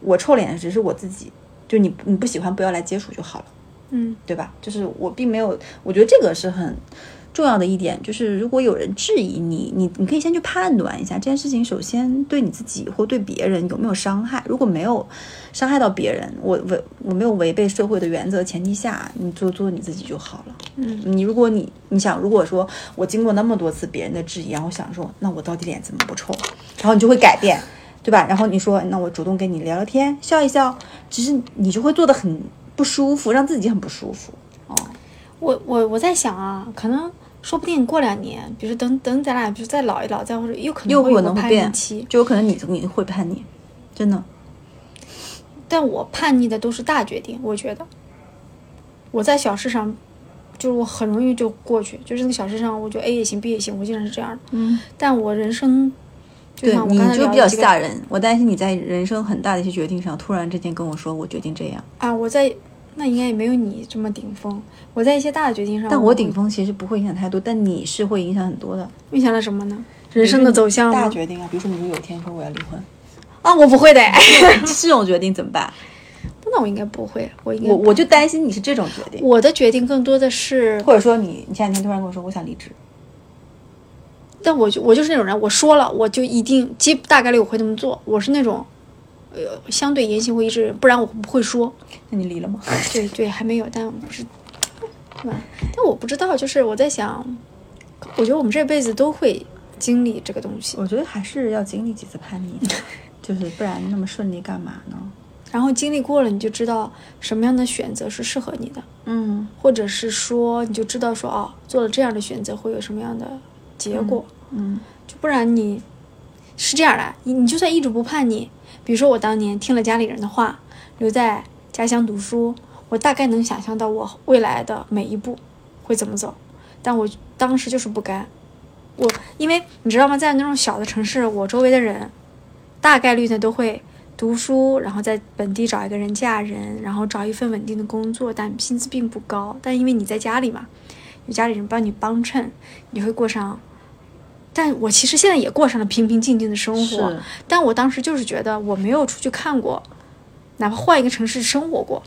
Speaker 3: 我臭脸只是我自己，就你你不喜欢不要来接触就好了。
Speaker 2: 嗯，
Speaker 3: 对吧？就是我并没有，我觉得这个是很重要的一点，就是如果有人质疑你，你你可以先去判断一下这件事情，首先对你自己或对别人有没有伤害。如果没有伤害到别人，我违我没有违背社会的原则前提下，你做做你自己就好了。
Speaker 2: 嗯，
Speaker 3: 你如果你你想，如果说我经过那么多次别人的质疑，然后想说，那我到底脸怎么不臭？然后你就会改变。对吧？然后你说，那我主动跟你聊聊天，笑一笑，只是你就会做的很不舒服，让自己很不舒服。
Speaker 2: 我我我在想啊，可能说不定过两年，比如说等等咱俩，比如再老一老，再或者有可能
Speaker 3: 又
Speaker 2: 会有
Speaker 3: 可
Speaker 2: 个
Speaker 3: 能嗯会
Speaker 2: 叛
Speaker 3: 变
Speaker 2: 逆期，，
Speaker 3: 就有可能你你会叛逆，真的。
Speaker 2: 但我叛逆的都是大决定，我觉得我在小事上。就是我很容易就过去，就是那个小事上，我觉得 A 也行，B 也行，我经常是这样的。
Speaker 3: 嗯，
Speaker 2: 但我人生，就
Speaker 3: 对
Speaker 2: 像，我
Speaker 3: 你
Speaker 2: 刚才
Speaker 3: 就
Speaker 2: 聊
Speaker 3: 比
Speaker 2: 的
Speaker 3: 较
Speaker 2: 这个
Speaker 3: 吓人。我担心你在人生很大的一些决定上，突然之间跟我说我决定这样，
Speaker 2: 啊，我在那应该也没有你这么顶峰。我在一些大的决定上，
Speaker 3: 但
Speaker 2: 我
Speaker 3: 我
Speaker 2: 会
Speaker 3: 顶峰其实不会影响太多，但你是会影响很多的。
Speaker 2: 影响了什么呢？人生的走向
Speaker 3: 大
Speaker 2: 吗？
Speaker 3: 决定啊，比如说你如果有一天说我要离婚，
Speaker 2: 啊，我不会的，
Speaker 3: 这种决定怎么办？
Speaker 2: 那我应该不会，我应该
Speaker 3: 我我就担心你是这种决定，
Speaker 2: 我的决定更多的是，
Speaker 3: 或者说你你前两天突然跟我说我想离职，
Speaker 2: 但我就我就是那种人，我说了我就一定基大概率我会那么做，我是那种。呃，相对言行会一致，不然我不会说。
Speaker 3: 那你离了吗？
Speaker 2: 对对，还没有，但我不是，对吧？但我不知道，就是我在想，我觉得我们这辈子都会经历这个东西。
Speaker 3: 我觉得还是要经历几次叛逆， 就是不然那么顺利干嘛呢？
Speaker 2: 然后经历过了，你就知道什么样的选择是适合你的，
Speaker 3: 嗯
Speaker 2: 或者是说你就知道说哦，做了这样的选择会有什么样的结果，
Speaker 3: 嗯
Speaker 2: 就不然你是这样的，你你就算一直不叛逆，比如说我当年听了家里人的话，留在家乡读书，我大概能想象到我未来的每一步会怎么走，但我当时就是不甘，我因为你知道吗，在那种小的城市，我周围的人大概率呢都会读书，然后在本地找一个人嫁人，然后找一份稳定的工作，但薪资并不高。但因为你在家里嘛，有家里人帮你帮衬，你会过上。但我其实现在也过上了平平静静的生活
Speaker 3: 是，
Speaker 2: 但我当时就是觉得我没有出去看过，哪怕换一个城市生活过，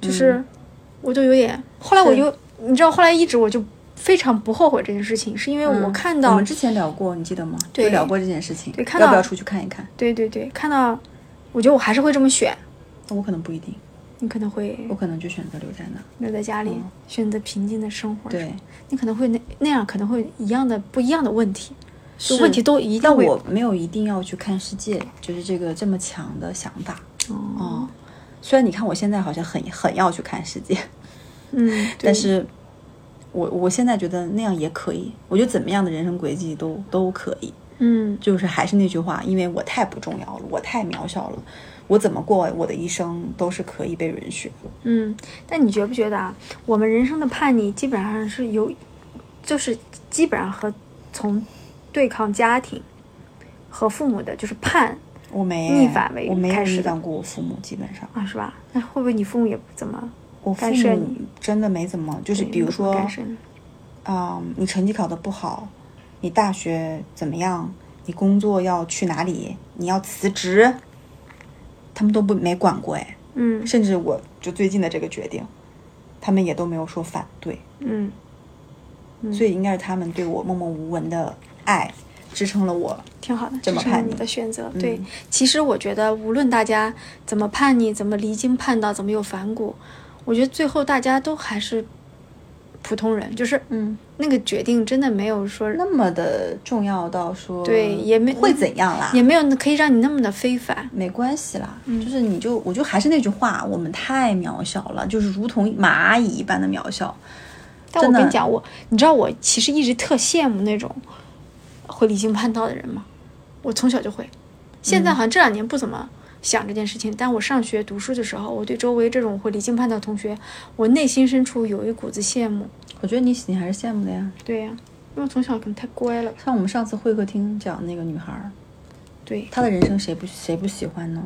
Speaker 2: 就是我就有点。后来我
Speaker 3: 嗯是
Speaker 2: 就你知道，后来一直我就非常不后悔这件事情，是因为我
Speaker 3: 嗯
Speaker 2: 看到、
Speaker 3: 我们之前聊过，你记得吗？
Speaker 2: 对
Speaker 3: 就聊过这件事情，
Speaker 2: 对看
Speaker 3: 要不
Speaker 2: 到
Speaker 3: 要出去看一看？
Speaker 2: 对对对，看到，我觉得我还是会这么选。
Speaker 3: 我可能不一定，
Speaker 2: 你可能会
Speaker 3: 我可能就选择留在那。
Speaker 2: 留在家里，选择平静的生活。，
Speaker 3: 哦对，
Speaker 2: 你可能会那那样，可能会一样的不一样的问题，就是问题都一定
Speaker 3: 但
Speaker 2: 会。
Speaker 3: 我没有一定要去看世界，就是这个这么强的想法。
Speaker 2: 哦，
Speaker 3: 哦，虽然你看我现在好像很很要去看世界，
Speaker 2: 嗯，对
Speaker 3: 但是我我现在觉得那样也可以。我觉得怎么样的人生轨迹都都可以。
Speaker 2: 嗯，
Speaker 3: 就是还是那句话，因为我太不重要了，我太渺小了，我怎么过我的一生都是可以被允许的。
Speaker 2: 嗯，但你觉不觉得啊？我们人生的叛逆基本上是由，就是基本上和从对抗家庭和父母的，就是叛
Speaker 3: 我没
Speaker 2: 逆反为
Speaker 3: 我没有
Speaker 2: 开始
Speaker 3: 逆
Speaker 2: 的
Speaker 3: 反过我父母，基本上
Speaker 2: 啊，是吧？那会不会你父母也不怎么
Speaker 3: 我父
Speaker 2: 干涉
Speaker 3: 母
Speaker 2: 你
Speaker 3: 真的没怎么，就是
Speaker 2: 对？
Speaker 3: 比如
Speaker 2: 不怎么
Speaker 3: 说，
Speaker 2: 干涉你？
Speaker 3: 嗯，你成绩考得不好，你大学怎么样？你工作要去哪里？你要辞职，他们都不没管过哎。
Speaker 2: 嗯
Speaker 3: 甚至我就最近的这个决定，他们也都没有说反对，
Speaker 2: 嗯
Speaker 3: 所以应该是他们对我默默无闻的爱支撑了我。
Speaker 2: 挺好的，
Speaker 3: 这
Speaker 2: 这
Speaker 3: 么
Speaker 2: 是
Speaker 3: 叛逆
Speaker 2: 你的选择。对
Speaker 3: 嗯，
Speaker 2: 其实我觉得，无论大家怎么叛逆，怎么离经叛道，怎么有反骨，我觉得最后大家都还是普通人，就是
Speaker 3: 嗯，
Speaker 2: 那个决定真的没有说
Speaker 3: 那么的重要到说
Speaker 2: 对也没
Speaker 3: 会怎样啦，
Speaker 2: 也没有可以让你那么的非凡。
Speaker 3: 没关系啦，
Speaker 2: 嗯
Speaker 3: 就是你就我就还是那句话，我们太渺小了，就是如同蚂蚁一般的渺小。
Speaker 2: 但
Speaker 3: 真
Speaker 2: 我
Speaker 3: 的
Speaker 2: 跟你讲，我你知道我其实一直特羡慕那种会离经叛道的人吗？我从小就会，现
Speaker 3: 嗯
Speaker 2: 在好像这两年不怎么想这件事情，但我上学读书的时候，我对周围这种会离经叛道的同学，我内心深处有一股子羡慕。
Speaker 3: 我觉得你你还是羡慕的呀，
Speaker 2: 对呀、因为从小可能太乖了吧。
Speaker 3: 像我们上次会客厅讲那个女孩儿，
Speaker 2: 对，
Speaker 3: 她的人生谁不谁不喜欢呢？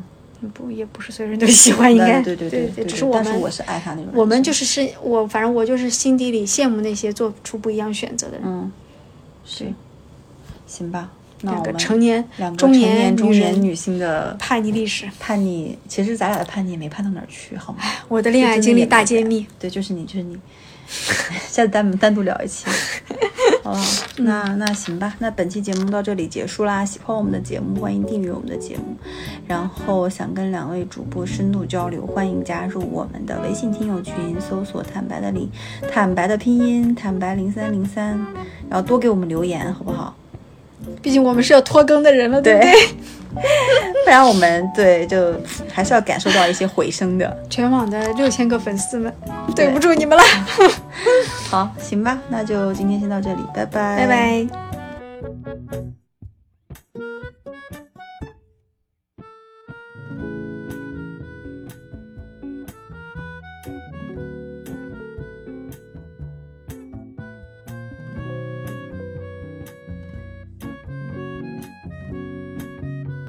Speaker 2: 不也不是所有人都喜欢，应该
Speaker 3: 对
Speaker 2: 对
Speaker 3: 对对，
Speaker 2: 只是我
Speaker 3: 但是
Speaker 2: 们
Speaker 3: 我是爱她那种人生。
Speaker 2: 我们就是是我，反正我就是心底里羡慕那些做出不一样选择的人。
Speaker 3: 嗯，是，行吧，那
Speaker 2: 两
Speaker 3: 我
Speaker 2: 个
Speaker 3: 们
Speaker 2: 成年
Speaker 3: 两个
Speaker 2: 中
Speaker 3: 成
Speaker 2: 年
Speaker 3: 年
Speaker 2: 女
Speaker 3: 中年
Speaker 2: 人
Speaker 3: 女性的
Speaker 2: 叛逆历史，
Speaker 3: 叛逆，其实咱俩的叛逆也没叛到哪儿去，好吗？
Speaker 2: 我的恋
Speaker 3: 就
Speaker 2: 爱
Speaker 3: 真的
Speaker 2: 经历
Speaker 3: 也没
Speaker 2: 大
Speaker 3: 有
Speaker 2: 揭
Speaker 3: 怎样
Speaker 2: 秘。。
Speaker 3: 对，就是你，就是你。下次单单独聊 一期，好吧？
Speaker 2: 嗯
Speaker 3: 那那行吧，那本期节目到这里结束啦。喜欢我们的节目，欢迎订阅我们的节目。然后想跟两位主播深度交流，欢迎加入我们的微信听友群，搜索“坦白的零”，坦白的拼音坦白零三零三，然后多给我们留言，好不好？
Speaker 2: 毕竟我们是要拖更的人了，对不对？
Speaker 3: 不然我们对就还是要感受到一些回声的。
Speaker 2: 全网的六千个粉丝们，对不住你们了，
Speaker 3: 好，行吧，那就今天先到这里，拜
Speaker 2: 拜
Speaker 3: 拜，
Speaker 2: 拜。